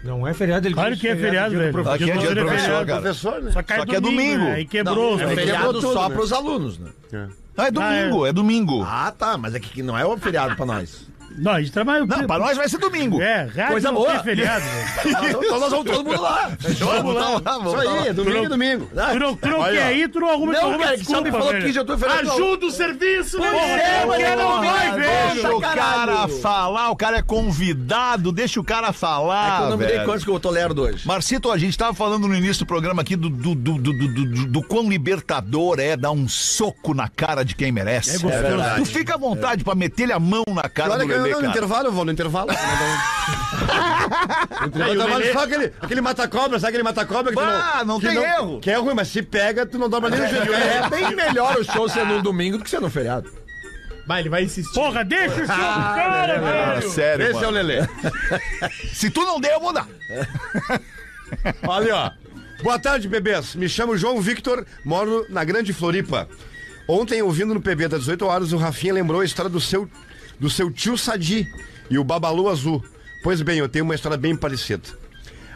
G: Não é feriado, ele
F: Claro
G: disse
F: que é feriado,
G: dia do
F: velho.
G: prof-
F: Dia do
D: dia do
F: professor é
D: professor,
F: feriado.
D: cara.
H: Professor, né?
F: Só cai
D: Só que é domingo.
F: né? Aí quebrou.
E: é
F: velho.
E: feriado
H: tudo,
E: só
H: né?
E: pros alunos, né?
D: Não, é domingo, é domingo.
E: Ah, tá, mas é que que não é um feriado pra nós.
F: Não, a gente trabalha...
D: Não, pra nós vai ser domingo.
F: É, rádio
E: Coisa
F: não
E: boa.
F: tem feriado, velho.
E: então nós vamos todo mundo lá.
D: Então Vamos lá,
E: Então,
D: vamos
H: Isso
D: lá.
H: aí, é domingo e
E: Ah,
H: domingo.
F: Tu não, tu não
H: Olha,
F: quer ir, tu não arruma, tu
E: Não,
F: arruma
E: cara, que só
F: desculpa,
E: me falou
F: velho.
E: que já tô feriado.
I: Ajuda o serviço, né?
E: é, mas
F: Porque não vai, velho.
D: Deixa o
E: Caralho.
D: cara falar, o cara é convidado, deixa o cara
E: É que
D: falar.
E: eu não me dei
D: velho.
E: conta que eu tolero dois.
D: Marcito, a gente tava falando no início do programa aqui do, do, do, do, do, do- do quão libertador é dar um soco na cara de quem merece.
F: É gostoso. É
D: tu fica à vontade pra meter-lhe a mão na cara
H: Olha
D: do
H: que eu
D: Lelê,
H: não, no
D: cara.
H: intervalo, eu vou no intervalo.
I: Aí
H: Eu
I: o
H: trabalho
I: Lelê-
H: só aquele, aquele mata-cobra, sabe aquele mata-cobra que tu
D: Bah, Ah, não
H: que
D: tem erro.
H: Que é ruim, mas se pega, tu não dobra nem no joelho.
E: É bem melhor o show ser no domingo do que ser no feriado.
I: Vai, ele vai insistir.
F: Porra, deixa o show do cara,
D: Cara,
F: velho.
D: sério,
H: Esse
D: mano.
H: é o Lelê.
D: Se tu não der, eu vou dar.
H: Olha, ó. Boa tarde, bebês. Me chamo João Victor, moro na Grande Floripa. Ontem, ouvindo no PB das 18 horas, o Rafinha lembrou a história do seu, do seu tio Sadi e o Babalu Azul. Pois bem, eu tenho uma história bem parecida.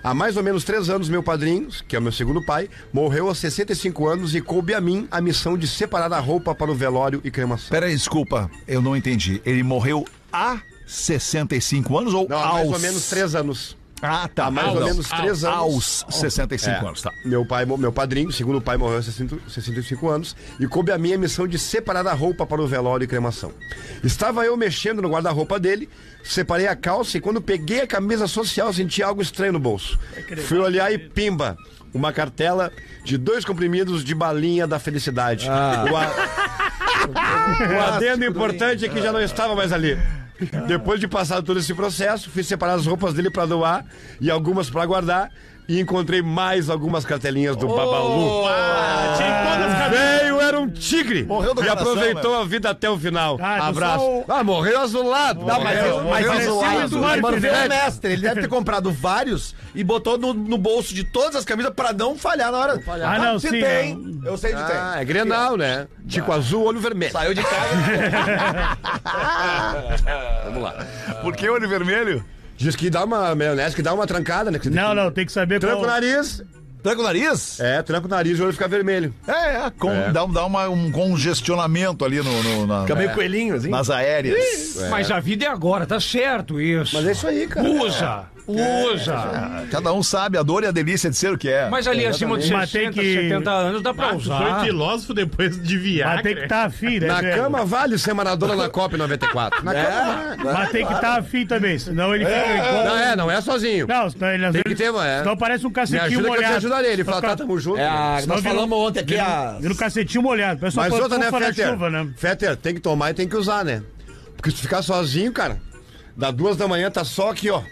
H: Há mais ou menos três anos, meu padrinho, que é o meu segundo pai, morreu aos 65 anos e coube a mim a missão de separar a roupa para o velório e cremação.
D: Peraí, desculpa, eu não entendi. Ele morreu há 65 anos ou
H: Não, há
D: aos...
H: mais ou menos três anos.
D: Ah, tá.
H: Há mais ou
D: perdão.
H: menos três anos.
D: Aos 65
H: É.
D: anos, tá.
H: Meu pai, mo- meu padrinho, segundo o pai, morreu aos 60 65 anos e coube a minha missão de separar a roupa para o velório e cremação. Estava eu mexendo no guarda-roupa dele, separei a calça e quando peguei a camisa social senti algo estranho no bolso. Fui olhar e pimba, uma cartela de dois comprimidos de balinha da felicidade.
D: Ah.
H: O, a- o Um adendo importante é que já não estava mais ali. Depois de passar todo esse processo, fui separar as roupas dele para doar e algumas para guardar e encontrei mais algumas cartelinhas do Babalu. Veio, era um tigre
D: Morreu do
H: e
D: coração,
H: aproveitou a vida até o final.
F: Ah, tu
H: Abraço.
F: só o-
H: Ah, morreu azulado.
E: Não, mas,
H: morreu,
E: mas, é
H: morreu
E: mas,
F: zoado.
E: mas, mas,
F: Eduardo
E: é
F: Fidel.
E: mestre, ele deve ter comprado vários e botou no, no bolso de todas as camisas pra não falhar na hora.
F: Ah, não,
E: se
F: sim,
E: tem.
F: não.
E: Eu sei de tem.
H: Ah, é Grenal, né? Tico azul, olho vermelho.
E: Saiu de casa.
D: Por que olho vermelho?
H: Diz que dá uma maionese, que dá uma trancada, né? Que você
F: Não,
H: tem que-
F: não, tem que saber
H: Tranca o
F: qual...
H: nariz.
D: Tranca o nariz?
H: É, tranca o nariz e o olho fica vermelho.
D: É, é, com- dá, um- dá uma- um congestionamento ali no, no- na-
E: Fica meio
D: é,
E: coelhinho, assim.
D: nas aéreas.
G: Mas a vida é agora, tá certo isso.
H: Mas é isso aí, cara.
G: Usa, usa.
D: Ah, Cada um sabe a dor e a delícia de ser o que é.
G: Mas ali acima de
F: Mas tem
G: 60,
F: que-
G: 70 anos dá pra
I: Ah, tu foi
G: usar.
I: filósofo depois de
F: Mas
I: viagem.
F: tem que estar tá afim, né,
H: Na
F: velho?
H: cama vale ser Maradona na Copa em 94. Na cama vale.
F: Mas tem que estar tá afim também, senão ele fica igual...
H: Não é, não é sozinho.
F: Não, senão ele...
H: Tem que ter, é.
F: Senão parece um
H: Me
F: cacetinho
H: ajuda que eu te
F: molhado.
H: ajudarei. Ele fala, tá, tamo junto.
E: É a-
F: Senão
E: nós
F: vira um-
E: falamos ontem aqui
F: vira,
E: a.
F: um- vira um cacetinho molhado. Parece uma
H: Mas outra, né,
F: pantufa na
H: Fetter?
F: chuva, né?
H: Fetter, tem que tomar e tem que usar, né? Porque se ficar sozinho, cara, da duas da manhã tá só aqui, ó.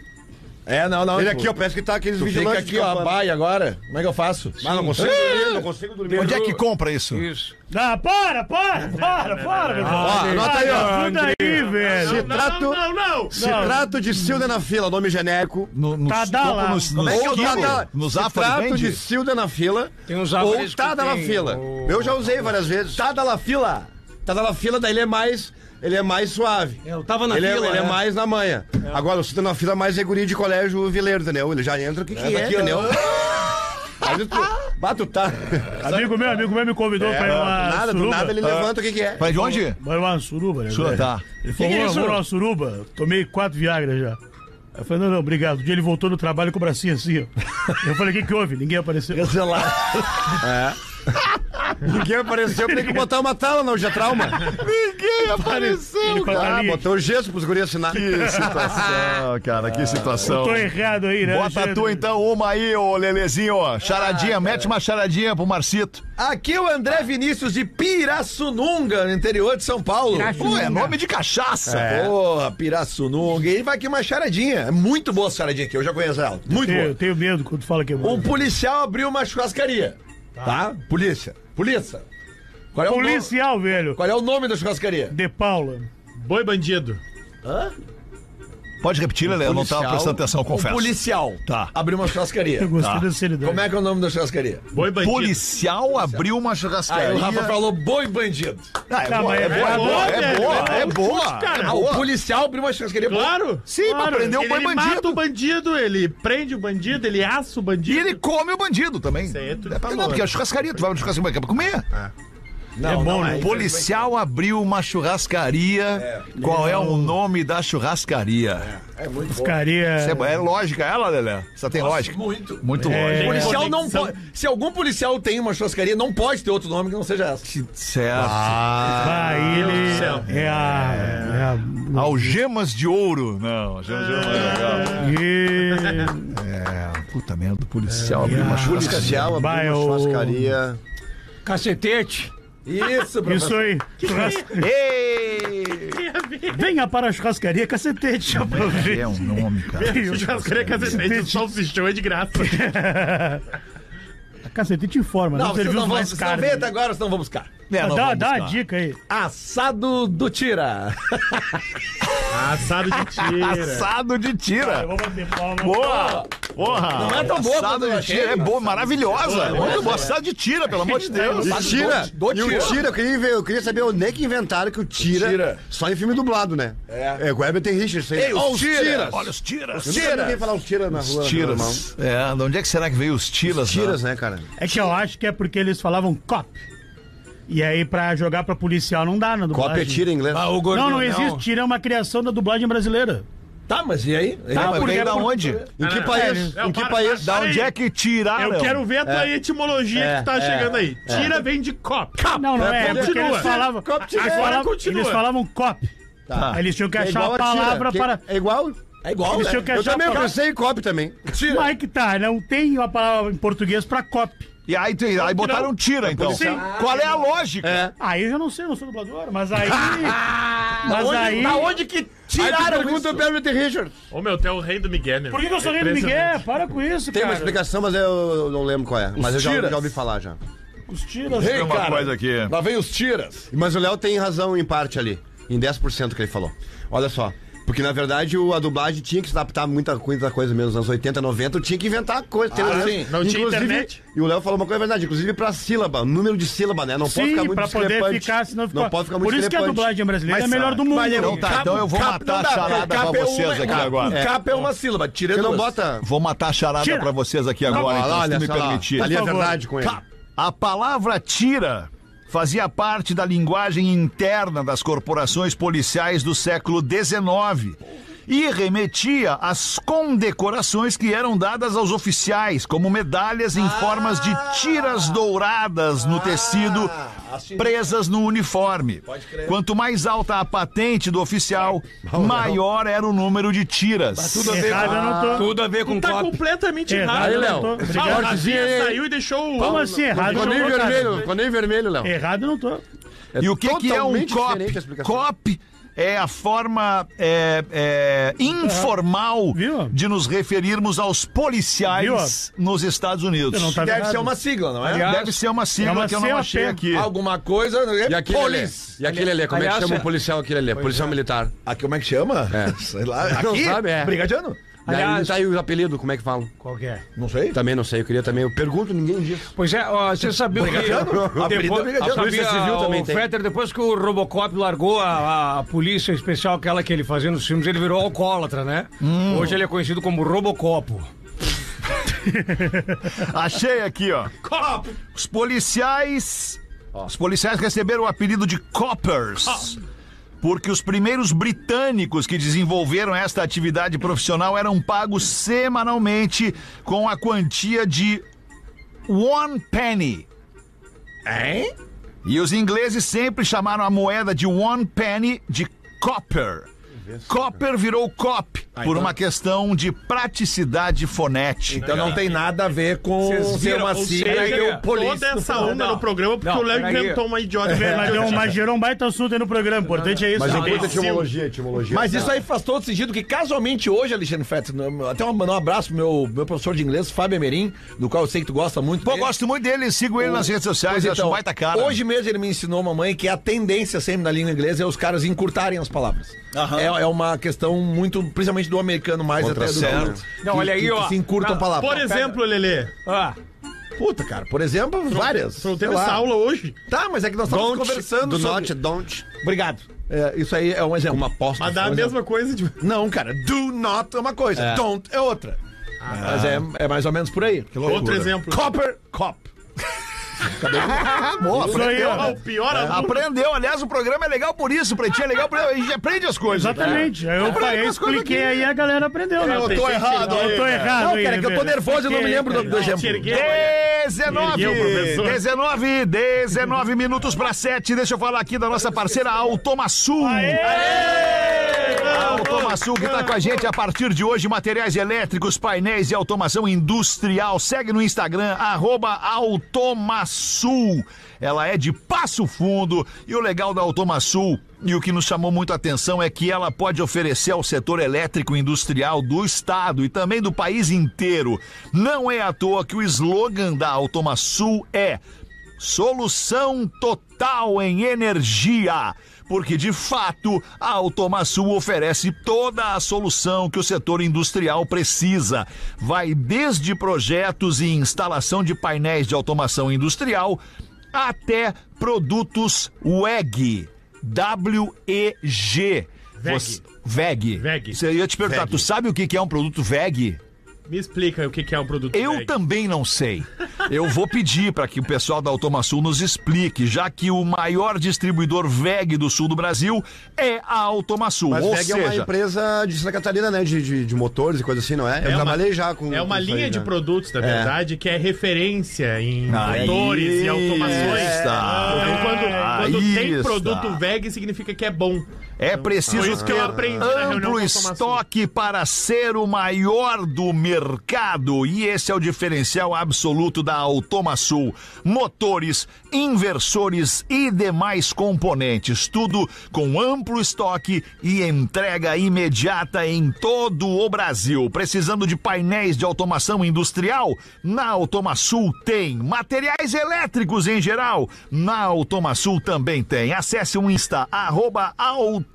E: É, não, não.
H: Ele
E: tu-
H: aqui, ó, parece que tá aqueles
E: Tu fica
H: vigilantes
E: aqui, ó, a baia agora. Como é que eu faço?
H: Mas Ah, não consigo dormir, não consigo dormir.
D: Onde é que compra isso?
G: Isso.
F: Ah, para, para, para, para, meu irmão.
H: Ó, anota aí, ó.
F: Ajuda aí,
H: Se
F: velho.
H: trata,
I: Não, não!
H: se trata de Silda na fila, nome genérico.
D: No, no,
F: Tadala.
D: nos-
F: Como
I: é
D: nos-
H: Ou Tadala-
D: no
H: se
D: Zafari
H: trato
D: vende?
H: de Silda na fila
G: Tem uns
H: ou
G: Zafaris que
H: Tada na
G: tem
H: fila.
G: o-
H: Eu já usei várias vezes. Tada na fila. Tada na fila, daí ele é mais, ele é mais suave.
G: Eu tava na
H: ele
G: fila,
H: é, ele é
G: né?
H: mais na manha. Agora, o Silda na fila é mais é guri de colégio vileiro, entendeu? Ele já entra, o que que é?
E: aqui, ó, né?
H: Mas tu, mas tu tá...
F: Amigo meu, amigo meu me convidou pra ir
H: É, do
F: uma
H: nada, do
F: suruba.
H: nada ele levanta, o que que é?
D: Vai de onde?
F: Vai uma suruba, né?
D: Sua,
F: velho?
D: tá.
F: Ele falou,
G: Que que é
F: vou,
G: isso?
F: vou numa suruba. Tomei quatro Viagra já. Eu falei, não, não, obrigado. Um dia ele voltou do trabalho com o bracinho assim, ó. Eu falei, o que, que houve? Ninguém apareceu.
H: Ninguém apareceu, tem que botar uma tala não, já trauma.
F: Ele com a
H: Ah,
F: galinha.
H: botou o gesso pros guris assinar. Ah.
D: Que situação, cara, que
E: tá,
D: situação.
F: Tô errado aí, né?
D: Bota a
F: Alexandre?
D: tua então, uma aí, ô Lelezinho. ó. Charadinha, mete uma charadinha pro Marcito.
E: Aqui é o André Vinícius de Pirassununga, no interior de São Paulo.
D: Pô, é nome de cachaça.
E: É. Porra, Pirassununga. E vai aqui uma charadinha. É muito boa essa charadinha aqui, eu já conheço ela. Muito
F: Eu,
E: boa.
F: eu tenho medo quando fala que é bom.
E: Um policial abriu uma churrascaria. Tá? Polícia. Polícia. Qual é o nome-
F: Policial, velho.
E: Qual é o nome da churrascaria?
F: De Paula.
I: Boi bandido.
D: Pode repetir, Lelê? Eu não tava
E: Policial-
D: prestando atenção, confesso.
E: Um policial
D: Tá.
E: abriu uma churrascaria.
F: Eu gostei
D: Tá.
F: da seriedade.
E: Como é que é o nome da churrascaria?
I: Boi bandido.
D: Policial abriu uma churrascaria.
E: Aí o Rafa falou boi bandido.
D: Ah, é,
F: Tá,
D: boa,
F: mas
D: é,
F: é
D: boa, é
F: boa,
D: boa, é
I: velho,
D: boa,
I: é
D: é
I: um
D: boa.
I: chute, cara.
D: É
E: Ah, o
D: boa.
E: policial abriu uma churrascaria. Bom,
I: Claro.
D: Sim, pra
I: claro.
D: prender
E: um
D: o
I: ele,
D: boi
I: ele
D: bandido.
I: mata o bandido, ele prende o bandido, ele assa o
D: E
I: bandido.
D: ele come o bandido também.
I: Certo.
D: É pra não, porque é churrascaria, tu vai no churrascaria, mas é pra comer.
E: Não,
F: é bom,
E: não
F: né?
D: Policial abriu uma churrascaria. Qual é o nome da churrascaria?
F: Ficaria...
D: Isso É, é lógica ela, Lelé? Você tem lógica?
E: Muito.
D: Muito
E: O
F: É.
D: lógica.
E: policial não
I: Conexão.
E: pode. Se algum policial tem uma churrascaria, não pode ter outro nome que não seja essa.
D: Certo.
F: Ah, ele...
I: céu.
F: É a... É a...
D: Algemas de ouro. Não, algemas de ouro não é legal.
F: E...
D: É. Puta merda, o policial abriu uma churrascaria.
H: Policial abriu
F: Vai,
H: uma
F: o-
H: churrascaria.
G: Cacetete.
E: Isso,
F: Isso aí. Churras-
D: Ei!
F: Venha para a churrascaria cacetete.
D: É um nome, cara.
I: Churrascaria cacetete, o salsichão é de graça.
F: A cacetete informa,
E: Não,
F: não,
E: vocês
F: serviu
E: não
F: os
E: vão,
F: mais
E: vocês não tá?
F: caros. né?
E: veem até agora, vocês não vão buscar.
D: É, não
F: Dá,
D: vamos
F: dá a
D: buscar.
F: dica aí.
E: Assado do Tira.
I: Assado de tira.
D: Assado de tira.
F: vou bater palma.
D: Boa! Porra!
E: Não é tão boa
D: Assado
E: quanto eu
D: de
E: achei,
D: tira é
E: mas-
D: boa, maravilhosa. Muito boa. Assado de tira, pelo amor de Deus.
H: E tira,
E: do- do
H: e o
E: tira.
H: tira, eu queria, ver, eu queria saber onde é que inventaram que o tira,
E: Tira.
H: só em filme dublado, né?
E: É.
H: É, com Herbert Richard, isso aí.
E: Ei, os
H: Ó,
E: tiras.
D: Olha os tiras.
H: Eu nunca vi ninguém falar os tira na rua,
D: Os
H: Meu irmão.
D: tiras. É, de onde é que será que veio os tiras?
H: Tiras,
D: né?
H: né, cara?
F: É que eu acho que é porque eles falavam cop. E aí, pra jogar pra policial, não dá na dublagem.
H: Cópia é tira em inglês.
G: Ah, o gordinho,
F: Não, não existe. Tira é uma criação da dublagem brasileira.
E: Tá, mas e aí?
D: Tá,
E: Ele-
D: mas veio
F: porque-
D: da onde?
H: Em que país?
I: É,
H: Em que
I: para-
H: país?
D: Da
I: Peraí.
D: onde é que tiraram?
I: Eu quero ver a tua etimologia que tu tá chegando aí. Tira vem de cop.
F: Não, não é.
I: É,
F: é porque
I: continua.
F: eles falavam.
H: Tá, Cop tira.
F: eles
I: Agora
F: falavam-
I: continua.
F: Eles falavam cop. Aí Eles tinham que
H: É
F: achar
H: igual
F: a
H: tira.
F: palavra
H: Que-
F: para.
H: É igual?
E: É igual,
F: Eles tinham que
H: Eu
F: achar
H: também
F: a
H: eu
F: palavra.
H: pensei em copy também.
F: Mas aí que tá, não tem uma palavra em português pra cop.
D: E aí, tem- aí botaram tira, então.
F: Sim.
D: Qual é a lógica?
F: Aí eu já não sei, eu não sou dublador, mas aí. mas
E: onde-
F: aí.
E: da onde que
H: Aí tu
E: tiraram
H: pergunta
E: isso?
H: o Herbert Richard.
I: Ô meu, tu é o rei do Miguel, meu.
F: Por que, que eu sou rei do Miguel? Para com isso,
H: É Tem uma
F: cara.
H: explicação, mas eu não lembro qual é. Mas eu já,
E: tiras.
H: já ouvi falar já.
F: Os tiras.
E: Ei,
D: Tem uma
E: cara,
D: coisa aqui.
E: Lá vem os tiras.
H: Mas o Léo tem razão em parte ali, em 10% que ele falou. Olha só. Porque, na verdade, o- a dublagem tinha que se adaptar a muita coisa, coisa mesmo. Nos anos 80, 90, tinha que inventar coisa. tem-
F: Ah,
E: sim.
I: Não tinha internet.
H: E o Léo falou uma coisa é verdade, inclusive pra sílaba, número de sílaba, né? Não pode ficar
F: Sim,
H: muito
F: pra poder
H: discrepante.
F: ficar, senão fica.
H: Não pode ficar muito
F: Por isso que a
H: discrepante.
F: dublagem brasileira
H: Mas
F: é a melhor
H: sabe,
F: do mundo.
H: mas
D: Então tá, então eu vou matar a charada pra vocês aqui agora.
E: O capa é uma sílaba, tira
H: Porque
E: duas.
H: não bota...
D: Vou matar a charada
F: Tira.
D: pra vocês aqui agora,
H: Olha
D: então,
H: lá,
D: se tu
H: olha
D: me
H: só lá.
D: permitir.
H: Ali é
F: Por favor.
H: verdade com ele.
D: A palavra tira fazia parte da linguagem interna das corporações policiais do século XIX e remetia às condecorações que eram dadas aos oficiais, como medalhas
H: Ah!
D: em formas de tiras douradas no tecido
H: Ah, assim.
D: presas no uniforme. Quanto mais alta a patente do oficial, maior era o número de tiras.
F: Tudo Errado, eu não tô.
G: Tudo a ver com
I: Tá
G: cop.
I: completamente errado.
F: Errado, eu
H: Léo.
F: não tô.
I: Ah, o
F: Obrigado.
I: Rafinha saiu e deixou o...
F: Como assim? Errado,
H: Ficou
F: eu
H: nem
F: não tô.
H: vermelho,
F: cara.
H: ficou nem vermelho, Léo.
F: Errado, eu não tô.
D: E o que, que é um
H: Totalmente
D: COP?
H: diferente a explicação.
D: COP é a forma é, é, informal
F: Viu?
D: de nos referirmos aos policiais nos Estados
F: Eu
D: Unidos.
F: não tá
E: Deve
F: errado.
E: ser uma sigla, não é?
F: Aliás,
D: Deve ser uma sigla
F: É uma
D: que eu não
F: COP.
D: achei aqui.
E: Alguma coisa.
H: E aquele Lelê?
E: Police.
H: E aquele Lelê? Como é
G: Aliás,
H: que chama
G: é-
H: o policial aquele Lelê? Policial militar.
E: Ah, como é que chama?
H: É.
E: Sei lá.
H: Não
E: Aqui?
H: sabe, é.
E: Brigadiano?
H: Daí
G: Aliás-
H: tá aí o apelido, como é que falam?
G: Qual que é?
E: Não sei.
H: Também não sei, eu queria também. Eu pergunto, ninguém diz.
G: Pois é, ó, você sabia que...
E: Brigadiano? Apelido é
G: Depois,
E: brigadiano.
G: a polícia civil também tem. Fetter, depois que o Robocop largou a, a polícia especial, aquela que ele fazia nos filmes, ele virou alcoólatra, né? Hoje ele é conhecido como Robocopo.
D: Achei aqui, ó. Os policiais. Os policiais receberam o apelido de Coppers. Porque os primeiros britânicos que desenvolveram esta atividade profissional eram pagos semanalmente com a quantia de one penny.
E: Hein?
D: E os ingleses sempre chamaram a moeda de one penny de copper. Copper virou cop
E: Ah,
D: por uma questão de praticidade fonética.
E: Então não tem nada a ver com
G: Vocês
E: ser
G: viram,
E: uma
G: ou
E: sigla
G: seja,
E: e o polícia.
I: Toda essa onda no programa porque
G: Não,
I: o Léo
G: peraí.
I: inventou uma idiota.
F: Mas, deu- mas gerou um baita assunto aí no programa. O importante é isso.
H: Mas
F: né?
H: eu curto etimologia, etimologia. é
E: Mas isso é aí faz todo sentido, que casualmente hoje, Alexandre Fetter, no- até um- mandar um abraço pro meu, meu professor de inglês, Fábio Emerim, do qual eu sei que tu gosta muito.
D: Pô,
E: dele.
D: gosto muito dele, sigo ele nas redes sociais,
E: Pois então.
D: acho um baita cara.
E: Hoje mesmo ele me ensinou, mamãe, que a tendência sempre na língua inglesa é os caras encurtarem as palavras.
D: Aham.
E: É, é é uma questão muito, principalmente do americano mais até do
B: Contracerto.
E: que-
G: Não, olha aí,
E: que- que
G: ó.
E: se encurtam
G: Não,
E: palavras.
I: Por exemplo, Lelê,
G: Ah,
E: Puta, cara, por exemplo, várias.
I: tu não teve
E: sei lá.
I: essa aula hoje.
E: Tá, mas é que nós estamos conversando
B: do
E: sobre...
B: not, don't.
E: Obrigado. É, isso aí é um exemplo. Uma aposta.
I: Mas dá a mesma coisa de.
E: Não, cara, do not é uma coisa, don't é outra. Mas é, é mais ou menos por aí.
I: Outro exemplo.
E: Copper, cop.
F: Isso aí,
I: Ah,
D: é
F: ó.
I: o pior aluno.
D: Aprendeu, aliás, o programa é legal por isso, pretinho é legal, por... a gente aprende as coisas. né?
F: Exatamente. Aí eu falei, expliquei aí a galera aprendeu. né?
I: Eu tô errado
F: Eu
I: aí,
F: tô
I: cara.
F: errado.
E: Não,
F: aí,
E: cara, é que eu tô
F: velho.
E: nervoso, eu não me
F: Expliquei,
E: lembro do, do
F: cara.
E: exemplo.
I: Te erguei, olha.
D: 19,
I: Ergueu, professor.
D: 19, 19 minutos para 7. Deixa eu falar aqui da nossa parceira Automaçul. A Automaçul que está tá com a gente a partir de hoje. Materiais elétricos, painéis e automação industrial. Segue no Instagram, arroba Automaçul. Ela é de Passo Fundo e o legal da Automaçul e o que nos chamou muito a atenção é que ela pode oferecer ao setor elétrico industrial do estado e também do país inteiro. Não é à toa que o slogan da Automaçul é Solução total em energia. Porque, de fato, a Automaçul oferece toda a solução que o setor industrial precisa. Vai desde projetos e instalação de painéis de automação industrial até produtos WEG. W-E-G.
I: Veg.
D: Você- VEG.
I: Veg.
D: Você- Eu ia te perguntar, tu sabe o que que é um produto VEG?
I: Me explica o que que é um produto.
D: Eu
I: Veg.
D: também não sei. Eu vou pedir para que o pessoal da Automaçul nos explique, já que o maior distribuidor VEG do sul do Brasil é a Automaçul.
H: Mas
D: Ou
H: VEG é uma
D: seja,
H: empresa de Santa Catarina, né? De, de, de motores e coisa assim, não é? Eu
I: É uma-
H: trabalhei já com.
I: É uma
H: com isso aí,
I: linha de
H: né?
I: produtos, na verdade, que é referência em
D: Aí
I: motores e automações.
D: está.
I: Então, quando, quando
D: Aí
I: tem
D: está.
I: produto VEG, significa que é bom.
D: é preciso
I: Foi isso que
D: ter
I: eu aprendi na reunião com a
D: amplo
I: Automaçul.
D: estoque para ser o maior do mercado. E esse é o diferencial absoluto da Automaçul. Motores, inversores e demais componentes. Tudo com amplo estoque e entrega imediata em todo o Brasil. Precisando de painéis de automação industrial? Na Automaçul tem. Materiais elétricos em geral? Na Automaçul também tem. Acesse o Insta, arroba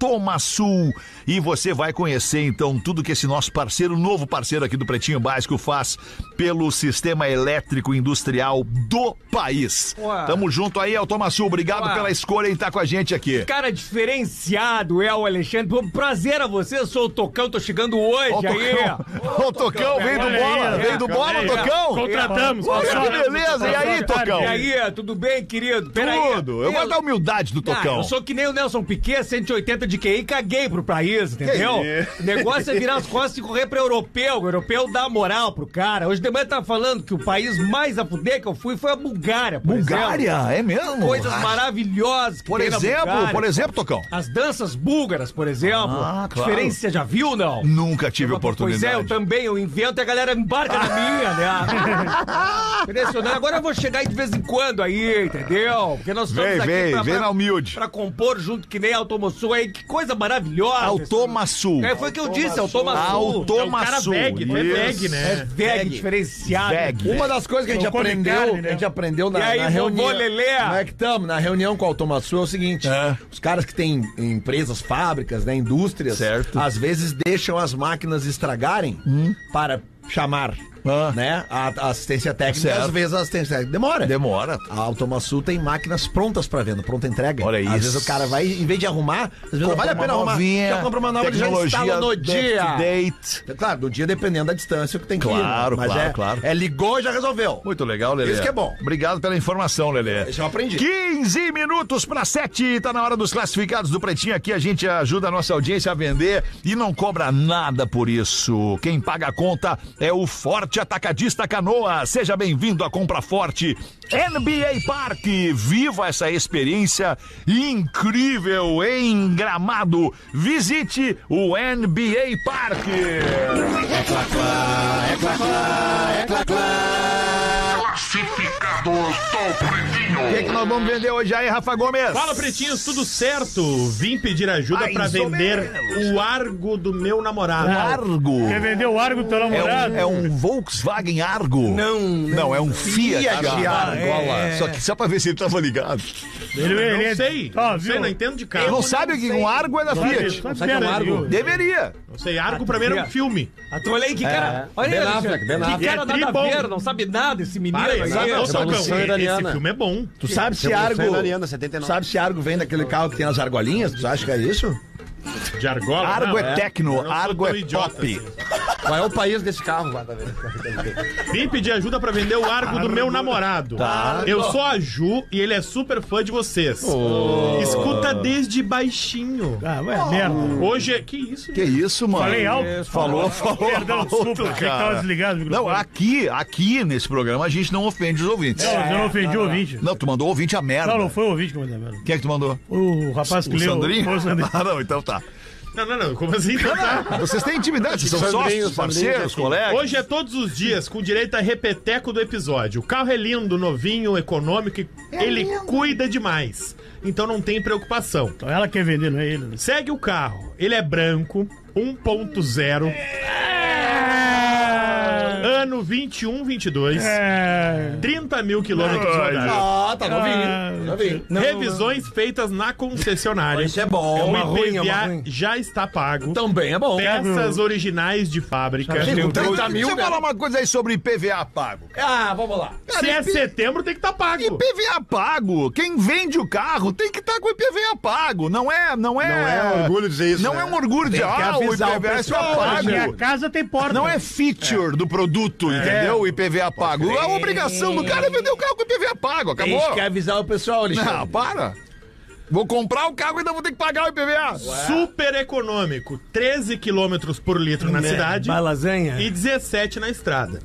D: Automaçul. E você vai conhecer então tudo que esse nosso parceiro, novo parceiro aqui do Pretinho Básico, faz pelo sistema elétrico industrial do país.
G: Ué.
D: Tamo junto aí, Automaçul. Obrigado
G: Ué.
D: pela escolha em estar com a gente aqui.
G: cara diferenciado é o Alexandre. Pô, Prazer a você, eu sou o Tocão, tô chegando hoje
D: Ó o Tocão.
G: aí.
D: Ó o Tocão, vem do
F: Olha aí,
D: bola.
F: ó.
D: Vem do bola,
F: Olha aí,
D: Tocão.
F: Contratamos.
D: Olha que beleza, e aí, Tocão?
G: E aí, tudo bem, querido? Peraí.
D: Tudo. Eu gosto da humildade do
G: Ah,
D: Tocão.
G: eu sou que nem o Nelson Piquet, 180 de QI, caguei pro país, entendeu? O negócio é virar as costas e correr pra europeu. O europeu dá moral pro cara. Hoje de manhã tava falando que o país mais a fuder que eu fui foi a Bulgária, por exemplo.
D: Bulgária, é mesmo?
G: Coisas maravilhosas que
D: Por
G: tem na
D: exemplo,
G: Bulgária.
D: por exemplo, Tocão.
G: As danças búlgaras, por exemplo.
D: Ah, claro.
G: Diferença, já viu, não?
D: Nunca tive oportunidade.
G: Pois é, eu também, eu invento e a galera embarca na minha, né? Impressionante. Agora eu vou chegar aí de vez em quando aí, entendeu? Porque nós estamos
D: Vem,
G: aqui
D: vem,
G: pra,
D: vem
G: pra-
D: na humilde.
G: pra compor junto que nem a Automoçu aí. Que coisa maravilhosa.
D: Automaçu.
G: É, foi um o que eu disse, Automoçu.
D: Automaçu.
I: É o cara VEG, não é VEG, né?
G: É VEG, diferenciado.
D: VEG.
E: Uma das coisas que a gente
F: Não come
E: aprendeu,
F: carne, né?
E: a gente aprendeu na,
G: E aí,
E: na
G: vovô
E: reunião.
G: Lelê?
E: Como é que estamos? Na reunião com a Automaçu é o seguinte: os caras que têm empresas, fábricas, né, indústrias,
D: Certo. Hum.
E: às vezes deixam as máquinas estragarem para chamar
D: Ah.
E: né, a, a assistência técnica.
D: Certo.
E: Às vezes a assistência técnica demora.
D: Demora.
E: a Automaçu tem máquinas prontas para venda, pronta entrega.
D: Olha isso.
E: Às vezes o cara vai, em vez de arrumar, às vezes não vale a pena arrumar.
D: Novinha,
E: já compra uma nova e já
D: tecnologia
E: instala no
D: up to
E: dia. Então,
D: Date.
E: Claro, no dia dependendo da distância que tem que ir. né?
D: Claro,
E: Mas
D: claro,
E: é,
D: claro.
E: É ligou e já resolveu.
D: Muito legal, Lelê.
E: Isso que é bom.
D: Obrigado pela informação, Lelê.
E: Isso eu aprendi.
D: 15 minutos para 7. Tá na hora dos classificados do Pretinho aqui. A gente ajuda a nossa audiência a vender e não cobra nada por isso. Quem paga a conta é o Forte Atacadista Canoa. Seja bem-vindo à Compra Forte. NBA Park. Viva essa experiência incrível em Gramado. Visite o NBA Park. O que, que nós vamos vender hoje aí, Rafa Gomes?
I: Fala, pretinhos, tudo certo? Vim pedir ajuda
D: Mais
I: pra
D: ou
I: vender
D: menos.
I: o argo do meu namorado.
F: Ah,
D: Largo.
F: Quer vender o Argo teu
D: É
F: namorado?
D: um, é um Volkswagen Argo.
G: Não,
D: Não, é um Fiat,
E: Fiat
D: Argo.
E: Argo.
D: Só que só pra ver se ele tava ligado.
F: Ele,
I: Eu
F: ele
I: não
F: é-
I: sei.
F: Ó,
I: não sei,
F: viu?
I: não entendo de
D: Tu
I: carro.
D: não sabe o que um Argo é da Fiat.
E: Sabe
F: Sabe
E: que é um
F: merda,
E: Argo?
F: viu?
D: Deveria.
I: Não sei, Argo pra mim era um filme.
G: Olha aí, que
D: É.
G: cara. Olha
E: Ben
G: aí,
E: Affleck,
G: Alexandre.
E: Ben
G: Que
E: Affleck.
G: cara
I: É
G: nada a
I: tribom.
G: ver, não sabe nada esse menino.
I: Para aí,
G: aí.
I: sabe? Ô, Falcão,
H: Revolução
I: e-
H: Iraniana.
I: esse filme é bom.
E: Tu sabe se
H: Revolução
E: Argo.
H: Iraniana,
E: Tu
H: 79.
E: sabe se Argo vem daquele carro que tem as argolinhas? Tu acha que é isso?
I: De argola.
D: Argo
I: não,
D: é tecno,
I: sou
D: Argo
I: tão
D: é
I: idiota
D: pop.
I: assim.
H: Qual é o país desse carro? lá, tá vendo?
I: Vim pedir ajuda pra vender o arco do meu namorado. Eu sou a Ju e ele é super fã de vocês. Escuta desde baixinho.
F: Ah, ué, merda.
I: Hoje é. Que isso,
D: Que isso, mano?
F: Falei alto?
D: é, Falou, falou.
F: Perdão,
D: alto,
F: desculpa, achei que
D: cara.
F: tava desligado o
D: Não,
F: microfone.
D: aqui, aqui nesse programa a gente não ofende os ouvintes.
F: Não, eu não ofendi o ouvinte.
D: Não, tu mandou ouvinte a merda.
F: Não, não foi o ouvinte que mandou merda.
D: Quem é que tu mandou?
F: O rapaz que
D: o
F: leu.
D: Sandrinho?
F: Foi o Sandrinho.
D: Ah, não, então tá.
I: Não, não, não. Como assim? Então tá.
D: Vocês têm intimidade, vocês são
H: Sandrinho,
D: sócios, parceiros,
H: Sandrinho,
D: colegas.
I: Hoje é todos os dias, com direito a repeteco do episódio. O carro é lindo, novinho, econômico, e ele cuida demais. Então não tem preocupação.
F: Então ela quer vender, não é ele. né?
I: Segue o carro. Ele é branco, 1.0. Ano 21, 22.
F: É.
I: 30 mil quilômetros rodados.
E: Ah, tá novinho. Novinho.
I: Revisões feitas na concessionária.
E: Isso é bom.
I: o
G: uma ruim, é
I: IPVA
G: uma ruim.
I: já está pago.
G: Então
E: Também é bom.
I: Peças originais de fábrica.
E: Tem 30
D: Deixa
E: mil,
D: eu
E: né?
D: falar uma coisa aí sobre IPVA pago.
E: Ah, vamos lá.
I: Se é setembro, tem que estar pago.
D: IPVA pago. Quem vende o carro tem que estar com o IPVA pago. Não é, não é.
H: Não é um orgulho dizer isso,
D: Não
H: né?
D: é um orgulho de ah, o
E: avisar o
D: IPVA é só
E: pessoal, né?
D: pago.
F: Minha casa tem porta.
D: Não é feature do produto,
E: É.
D: entendeu? O IPVA pago. A obrigação do cara é vender o carro com o IPVA pago. Acabou.
E: Tem que avisar o pessoal,
D: Não,
E: Alexandre.
D: para. Vou comprar o carro e ainda vou ter que pagar o IPVA.
I: Super econômico, 13 km por litro na cidade
G: Balazenha.
I: e 17 na estrada.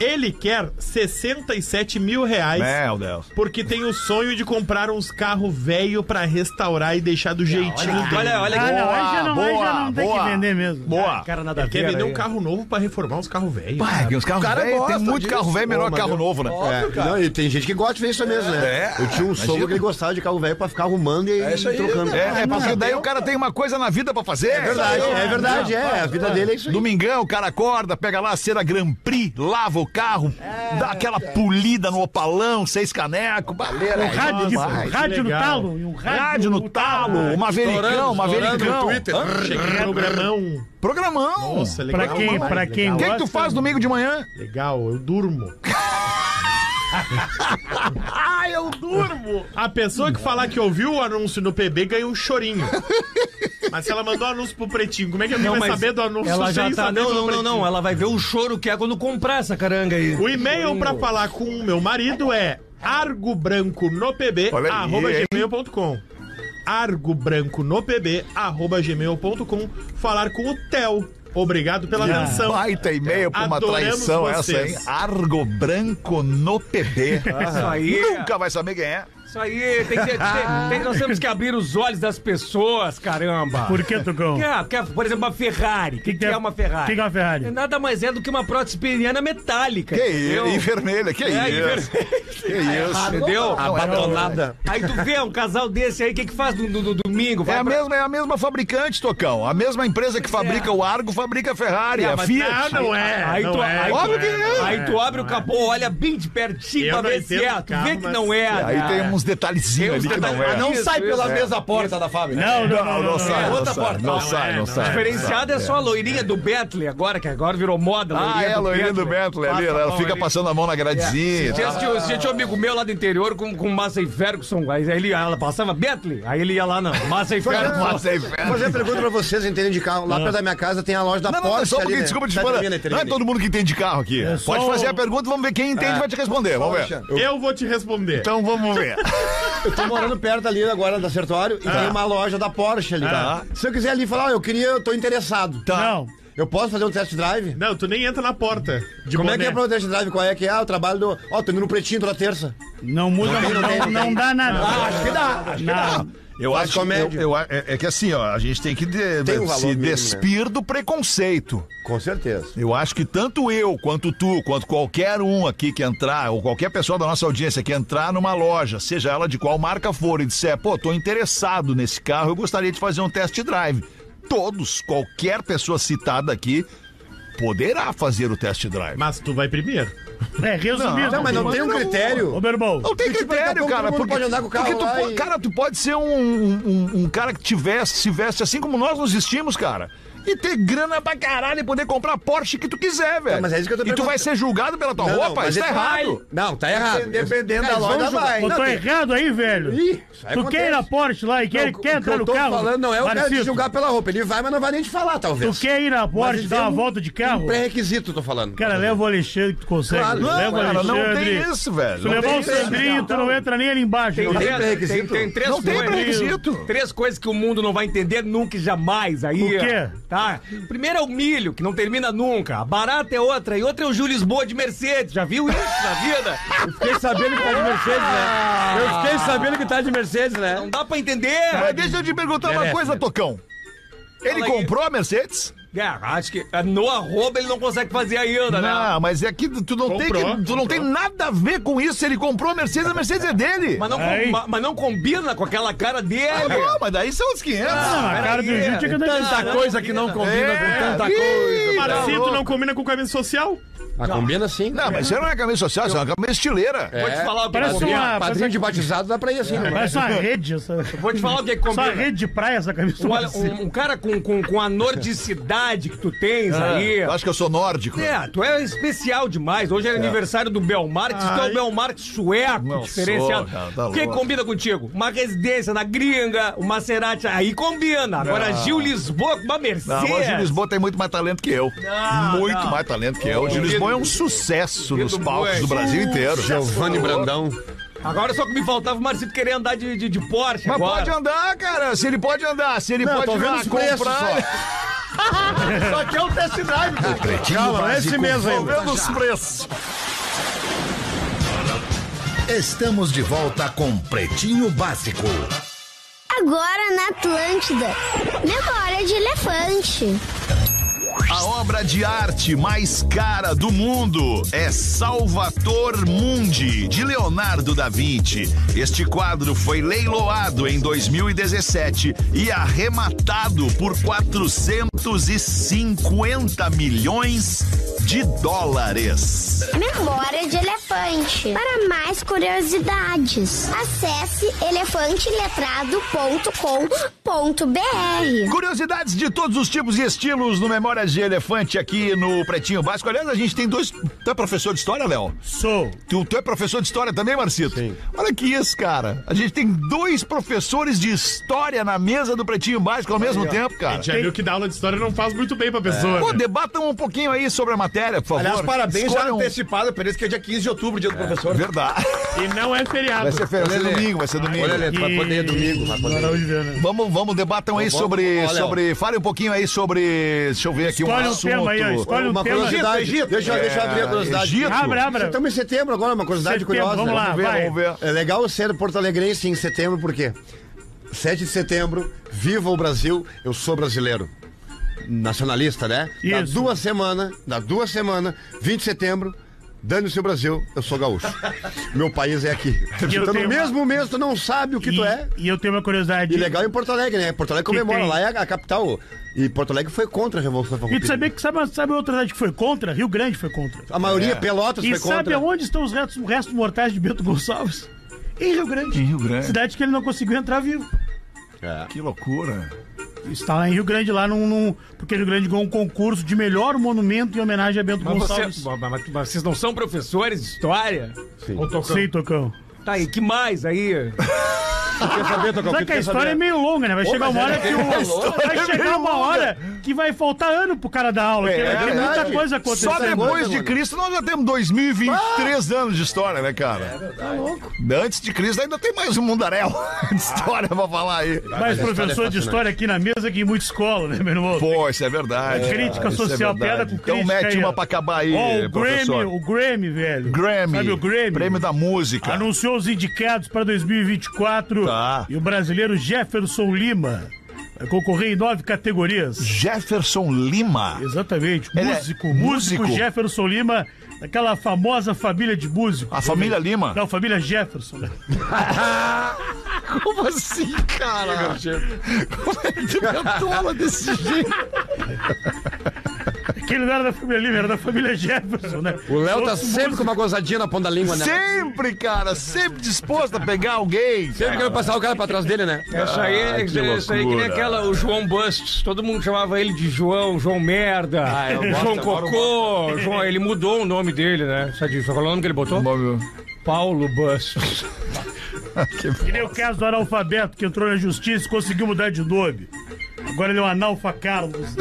I: Ele quer 67 mil reais
D: Meu Deus.
I: porque tem o sonho de comprar uns carros velho pra restaurar e deixar do jeitinho dele.
G: Olha, olha
F: Ah,
G: que
F: não,
D: Boa,
F: aí já não, aí já não tem
D: boa.
F: que vender mesmo.
D: Boa.
G: cara nada a
I: Ele quer
G: ver.
I: vender
G: aí.
I: um carro novo pra reformar uns carros velhos.
D: Pai, é que uns carros
E: cara
D: velhos, tem
E: gosta
D: muito carro
E: disso.
D: velho, melhor que carro novo, né?
H: É, não, e tem gente que gosta de ver isso mesmo, né?
D: É.
H: Eu tinha um
D: Imagina.
H: sogro que ele gostava de carro velho pra ficar arrumando e
E: isso aí,
H: trocando.
E: né?
D: É, é porque daí o cara tem uma coisa na vida pra fazer. É
H: verdade, é verdade, é. A vida dele é isso aí.
D: Domingão, o cara acorda, pega lá a cera Grand Prix, lava o carro, dá aquela polida no opalão, seis canecos.
F: Um rádio, de, um rádio no
I: legal.
F: talo. e Um rádio,
D: Rádio no talo, uma vericão, uma vericão.
I: Cheguei no programão.
D: Programão.
I: Nossa, legal.
F: Pra quem,
I: Mas
F: pra quem
D: O que, é que
F: gosta...
D: tu faz domingo de manhã?
I: Legal, eu durmo.
D: Ah, eu durmo.
I: A pessoa que falar que ouviu o anúncio no PB ganha um chorinho. Mas se ela mandou anúncio pro Pretinho, como é que alguém
G: Não,
I: vai
G: mas
I: saber do anúncio
G: Ela já
I: sem
G: tá.
I: saber
G: Não,
I: do
G: não, não,
I: Pretinho?
G: não. Ela vai ver o choro que é quando comprar essa caranga aí.
I: O e-mail pra falar com o meu marido é
D: Olha aí, hein?
I: argubranconopb@gmail.com. argubranconopb@gmail.com falar com o Theo. Obrigado pela
G: Ah.
I: menção.
D: Baita e-mail pra uma
I: Adoramos
D: traição essa,
I: vocês.
D: hein? Argo Branco no PB.
G: Isso aí.
D: Nunca vai saber quem é.
G: Isso aí. Tem que, tem- tem- nós temos que abrir os olhos das pessoas, caramba.
F: Por que, Tucão?
G: Que é- que é, por exemplo, uma Ferrari. O que, que é uma Ferrari?
F: que que é uma Ferrari?
G: Nada mais é do que uma prótese peniana metálica.
D: Que
G: entendeu?
D: isso? E vermelha, que
G: É, e
D: isso? Ah, Que isso? é
G: Entendeu?
H: Abatonada.
G: Aí tu vê um casal desse aí, o que que faz no, no- no domingo?
D: É
G: Vai
D: a,
G: pra-
D: mesma, é a mesma fabricante, Tocão. A mesma empresa que fabrica o Argo, fabrica a Ferrari,
G: É,
D: a
G: mas
D: Fiat.
I: Não, não é.
G: Aí
I: não
G: tu,
I: é,
G: aí,
I: não
D: Óbvio
I: é,
D: que é.
I: não
G: aí tu abre o capô, olha bem de pertinho
I: Eu
G: pra
I: não
G: ver
I: entendo
G: se é. Tu vê
I: carro,
G: que
I: mas-
G: não é.
D: Aí
G: né?
D: tem uns detalhezinhos ali que não é.
G: Não sai pela
E: mesma porta da fábrica.
F: Não, não, não, não. não.
D: sai, não sai, não sai,
I: é,
D: não
I: não
D: sai.
G: Diferenciada é só a loirinha do Bentley agora, que agora virou moda.
D: Ah, é, a loirinha do Bentley ali,
G: Passa a
D: ela
G: mão
D: fica
G: ali. É.
D: passando a mão na gradezinha. e
G: Tinha,
D: tal.
G: tinha, tinha, tinha um amigo meu lá do interior com, com Massa e Ferguson. Aí ele, ela passava Bentley, aí ele ia lá, não. Massa e Ferguson.
D: Mas é inferno.
H: Fazer uma pergunta pra vocês entenderem de carro. Lá perto da minha casa tem a loja da
D: Ah. Não, não, não,
H: Porsche
D: só um
H: ali,
D: pouquinho,
H: né?
D: desculpa te
H: Tá,
D: falar.
H: termina,
D: Não é
H: termina.
D: todo mundo que entende de carro aqui.
F: É só
D: Pode fazer
F: o-
D: a pergunta, vamos ver quem entende vai te responder. Vamos ver.
H: Poxa,
I: é. Eu vou te responder.
D: Então vamos ver.
H: Eu tô morando perto ali agora da Sertório e
D: Tá.
H: tem uma loja da Porsche ali.
D: Ah.
H: Se eu quiser ali falar, ó, eu queria, eu tô interessado.
D: Tá.
F: Não.
H: Eu posso fazer um test drive?
I: Não, tu nem entra na porta. De
H: Como é
I: boné.
H: que é pra um test drive? Qual é que é? Ah, o trabalho do. Ó, tô indo no pretinho toda terça.
F: Não muda, não, não, dá nada.
H: Ah, acho que dá. Acho
F: Não.
D: Eu acho
H: comédia.
D: eu- eu- é, é que assim, ó, a gente tem que de-
H: Tem um valor
D: se
H: mínimo, né?
D: despir do preconceito.
H: Com certeza.
D: Eu acho que tanto eu, quanto tu, quanto qualquer um aqui que entrar, ou qualquer pessoa da nossa audiência que entrar numa loja, seja ela de qual marca for, e disser, pô, tô interessado nesse carro, eu gostaria de fazer um test drive. Todos, qualquer pessoa citada aqui, poderá fazer o test drive.
I: Mas tu vai primeiro.
F: É, resumido.
H: Não, mas não tem um critério.
F: Ô, meu irmão,
D: Não tem
H: Porque, tipo, daqui a
D: critério,
H: pouco
D: cara.
H: todo mundo
D: Porque,
H: pode andar com o carro
D: porque tu,
H: lá
D: pode-
H: e-
D: cara, tu pode ser um, um- um- um cara que tivesse, se veste assim como nós nos vestimos, cara. E ter grana pra caralho e poder comprar a Porsche que tu quiser, velho.
H: mas é isso que eu tô
D: e tu
H: perguntando.
D: vai ser julgado pela tua
H: Não, não,
D: roupa?
H: mas
D: isso tá
H: ele vai.
D: errado.
H: Não, tá errado.
E: Dependendo
H: Cara,
E: da
H: eles vão
E: loja,
H: julgar.
E: vai.
F: eu
H: Não,
F: tô
H: tem-
F: errado aí, velho.
H: Ih, isso aí
F: tu
H: acontece.
F: quer ir na Porsche lá e quer,
H: Não,
F: quer
H: o que
F: entrar
H: eu
F: no
H: tô
F: carro?
H: falando não é o cara
F: Marcito,
H: de julgar pela roupa. Ele vai, mas não vai nem te falar, talvez.
F: Tu quer ir na Porsche
H: Mas
F: dar
H: tem
F: uma
H: um-
F: volta de carro?
H: Um pré-requisito, eu tô falando.
F: Cara, leva o Alexandre que tu consegue.
H: Claro.
D: Não,
F: leva
D: cara,
F: o
D: não
F: Alexandre.
D: tem isso, velho.
F: Se
D: Não
F: levar
D: tem
F: o
D: isso.
F: Sandrinho, tu não entra nem ali embaixo.
G: Tem,
F: entendeu?
G: três-
H: pré-requisito?
G: tem- tem três
D: Não tem
G: coisas.
D: pré-requisito.
G: Três coisas que o mundo não vai entender nunca e jamais aí.
F: O quê?
G: ó, Tá? Primeiro é o milho, que não termina nunca. A barata é outra. E outra é o Júlio Lisboa de Mercedes. Já viu isso na vida?
H: Eu fiquei sabendo que tá de Mercedes, né? Eu fiquei sabendo que tá de Mercedes, né? Tá
G: Não dá pra entender.
D: Mas deixa eu te perguntar uma coisa, Tocão. Ele
G: Fala aí.
D: comprou a Mercedes?
G: É, acho que é, no arroba ele não consegue fazer ainda, né?
D: Não, mas é que tu não, tem,
I: Comprou,
D: que- tu não
I: comprou.
D: tem nada a ver com isso. Ele comprou a Mercedes, a Mercedes é dele.
G: Mas não, com-
F: Aí.
G: ma- mas não combina com aquela cara dele.
D: Ah, não, mas daí são os 500.
F: Ah, a cara do
G: Peraí,
H: é
F: Gil tinha que andar de
G: tanta
F: carro.
G: coisa que não combina.
D: tanta coisa.
I: Marcito não combina com camisa social?
H: Ah, combina sim.
D: Não, mas isso não é camisa social, isso é uma camisa estileira.
G: Vou te falar o que
F: Parece
G: combina.
F: uma-
H: Padrinho de batizado dá pra ir
F: É.
H: assim, né?
F: Parece uma rede. Essa...
G: Vou te falar o que
F: Só
G: combina.
F: rede de praia essa camisa. do
G: Olha,
F: Marcito.
G: um, um cara com, com, com a nordicidade que tu tens aí.
D: Eu acho que eu sou nórdico.
G: É, tu é especial demais. Hoje é, aniversário do Belmarx. Tu é o
I: Ai.
G: Belmarx sueco,
D: Não
G: diferenciado.
D: sou, cara, tá
G: o que
D: louco.
G: combina contigo? Uma residência na gringa, uma Maserati. Aí combina. Agora, Gil Lisboa com uma Mercedes.
D: Não, Ah, mas o Gil Lisboa tem muito mais talento que eu.
G: Não,
D: muito
G: não.
D: mais talento que eu. O Gil
G: Pedro-
D: Lisboa é um sucesso nos
G: Pedro
D: palcos
H: é
G: Bué.
D: do Brasil inteiro.
H: Giovanni Brandão.
G: Agora só que me faltava o Marcito querer andar de, de, de Porsche.
D: Mas
G: agora.
D: pode andar, cara. Se ele pode andar, se ele
H: Não,
D: pode
H: tô
D: ir
H: vendo
D: lá
H: os preços
D: comprar.
H: Só que é um test drive, é pô.
B: Pretinho Básico
D: Tô vendo os preços.
B: Estamos de volta com Pretinho Básico.
J: Agora na Atlântida. Memória de elefante.
D: A obra de arte mais cara do mundo é Salvator Mundi, de Leonardo da Vinci. Este quadro foi leiloado em 2017 e arrematado por 450 milhões de dólares.
J: Memória de elefante. Para mais curiosidades, acesse elefanteletrado.com.br.
D: Curiosidades de todos os tipos e estilos no Memórias de Elefante aqui no Pretinho Básico. Aliás, a gente tem dois. Tu é professor de história, Léo?
F: Sou.
D: Tu, tu é professor de história também, Marcito? Sim. Olha que isso, cara. A gente tem dois professores de história na mesa do Pretinho Básico ao mesmo tempo, cara.
I: Já viu que dar aula de história não faz muito bem pra pessoa.
D: Pô,
F: É.
I: né?
D: debatam um pouquinho aí sobre a matéria, por favor.
E: Aliás, parabéns
H: um.
E: já
D: Escolham...
E: antecipado, por isso que é dia 15 de outubro, dia do professor.
D: Verdade.
I: E não é feriado.
D: Vai ser, fe- vai ser
E: Lelê.
D: domingo, vai ser domingo.
E: Olha, Lê, tu vai poder ir domingo, vai poder.
F: Barão de Viana.
D: Vamos, vamos, debatam aí
E: Vamos,
D: sobre.
E: vamos, Léo.
D: sobre fale um pouquinho aí sobre. Deixa eu ver aqui
F: Escolhe
D: um
F: um
D: assunto.
F: tema aí, ó, escolhe um
H: Uma
F: tema.
H: curiosidade.
E: Egito.
H: Deixa, eu- deixa eu abrir a curiosidade.
D: Egito.
F: Abre, abre.
H: Estamos em setembro agora, uma curiosidade
F: Setembro,
H: curiosa. né?
F: vamos lá,
D: Vamos ver,
F: vai.
D: vamos ver.
H: É legal ser porto-alegrense em setembro, por quê? 7 de setembro, viva o Brasil, eu sou brasileiro. Nacionalista, né? Da
F: Isso.
H: duas semanas, da duas semanas, 20 de setembro, dane-se o Brasil, eu sou gaúcho. Meu país é aqui.
F: eu
H: Então,
F: tenho
H: no
F: uma-
H: mesmo mês, tu não sabe o que
F: E,
H: tu é.
F: e eu tenho uma curiosidade.
H: E legal em Porto Alegre, né? Porto Alegre comemora,
F: tem?
H: lá é a a capital. E Porto Alegre foi contra a Revolução
F: E tu
H: Farroupilha.
F: sabia que sabe, sabe outra cidade que foi contra? Rio Grande foi contra.
H: A maioria, Pelotas,
F: E
H: foi
F: sabe
H: contra.
F: aonde estão os restos, restos mortais de Bento Gonçalves? Em Rio Grande.
D: Rio Grande.
F: Cidade que ele não conseguiu entrar vivo.
D: Que loucura.
F: Está lá em Rio Grande, lá num. num- porque Rio Grande ganhou um concurso de melhor monumento em homenagem a Bento
G: Mas, você-
F: Gonçalves.
G: mas- mas- mas vocês não são professores de história?
F: Sim, Tocão.
G: Tá aí, que mais aí?
H: Quer saber, Tocão,
F: Só
H: o
F: que
H: tu
F: a
H: quer
F: história
H: saber?
F: é meio longa, né? Vai chegar uma hora que o.
D: É
F: Vai chegar uma hora que vai faltar ano pro cara dar aula. porque vai ter muita coisa acontecendo.
D: É Só depois de Cristo nós já temos 2023 anos de história, né, cara? tá louco. Antes de Cristo ainda tem mais um mundaréu de história pra falar aí.
F: Mas professor de história aqui na mesa que em muita escola, né, meu irmão?
D: é Pô, isso é verdade.
F: Crítica
D: Isso é
F: social,
D: verdade.
F: piada com
D: Então
F: crítica
D: mete
F: aí,
D: uma
F: ó.
D: pra acabar aí,
F: Ó, o Grammy,
D: professor.
F: o Grammy, velho.
D: Grammy.
F: Sabe o Grammy?
D: Prêmio da música.
F: Anunciou os indicados para 2024.
D: Tá.
F: E o brasileiro Jefferson Lima vai concorrer em nove categorias.
D: Jefferson Lima.
F: Exatamente.
D: Ele é
F: músico,
D: músico?
F: músico, Jefferson Lima, daquela famosa família de músicos.
D: A família Lima.
F: Não, família Jefferson, né?
D: Como assim, cara? Como é que tu me desse jeito?
F: Que ele não era da família Lima, era da família Jefferson, né?
H: O Léo tá sempre com uma gozadinha na ponta da língua, né?
D: Sempre, cara, sempre disposto a pegar alguém.
H: Sempre querendo passar o cara pra trás dele, né?
G: Essa É aí,
D: Ah, que
G: essa aí que nem
D: loucura.
G: aquela, o João Bustos. Todo mundo chamava ele de João, João Merda,
H: Ah, eu gosto,
G: João
H: agora eu
G: Cocô. João, ele mudou o nome dele, né? Sabe só qual é o nome que ele botou? Paulo Bustos.
F: Que nem o caso do analfabeto que entrou na justiça e conseguiu mudar de nome. Agora ele é o analfa Carlos.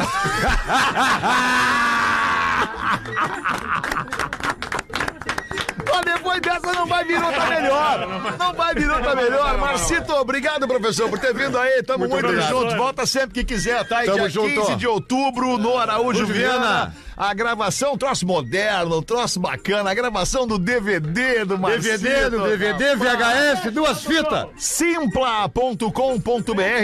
D: Ó, depois dessa não vai vir outra melhor. Não vai vir outra melhor. Marcito, obrigado, professor, por ter vindo aí. Tamo muito,
F: obrigado.
D: junto. Volta sempre que quiser, tá? E
H: Tamo
D: dia
H: junto.
D: 15 de outubro, no Araújo Viana. A gravação, um troço moderno, um troço bacana. A gravação do DVD do Marcito.
H: DVD, do DVD, VHS, duas fitas.
D: Simpla.com.br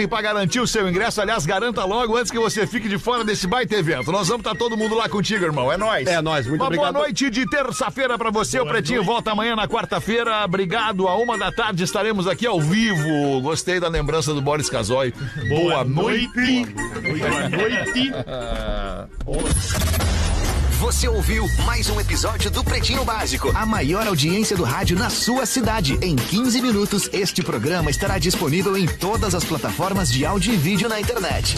D: para garantir o seu ingresso. Aliás, garanta logo antes que você fique de fora desse baita evento. Nós vamos estar todo mundo lá contigo, irmão. É nóis.
H: É nóis, muito
D: Uma
H: obrigado.
D: boa noite de terça-feira para você. o Pretinho volta amanhã na quarta-feira. Obrigado. A uma da tarde estaremos aqui ao vivo. Gostei da lembrança do Boris Casoy. Boa, noite.
E: Você ouviu mais um episódio do Pretinho Básico, a maior audiência do rádio na sua cidade. Em 15 minutos, este programa estará disponível em todas as plataformas de áudio e vídeo na internet.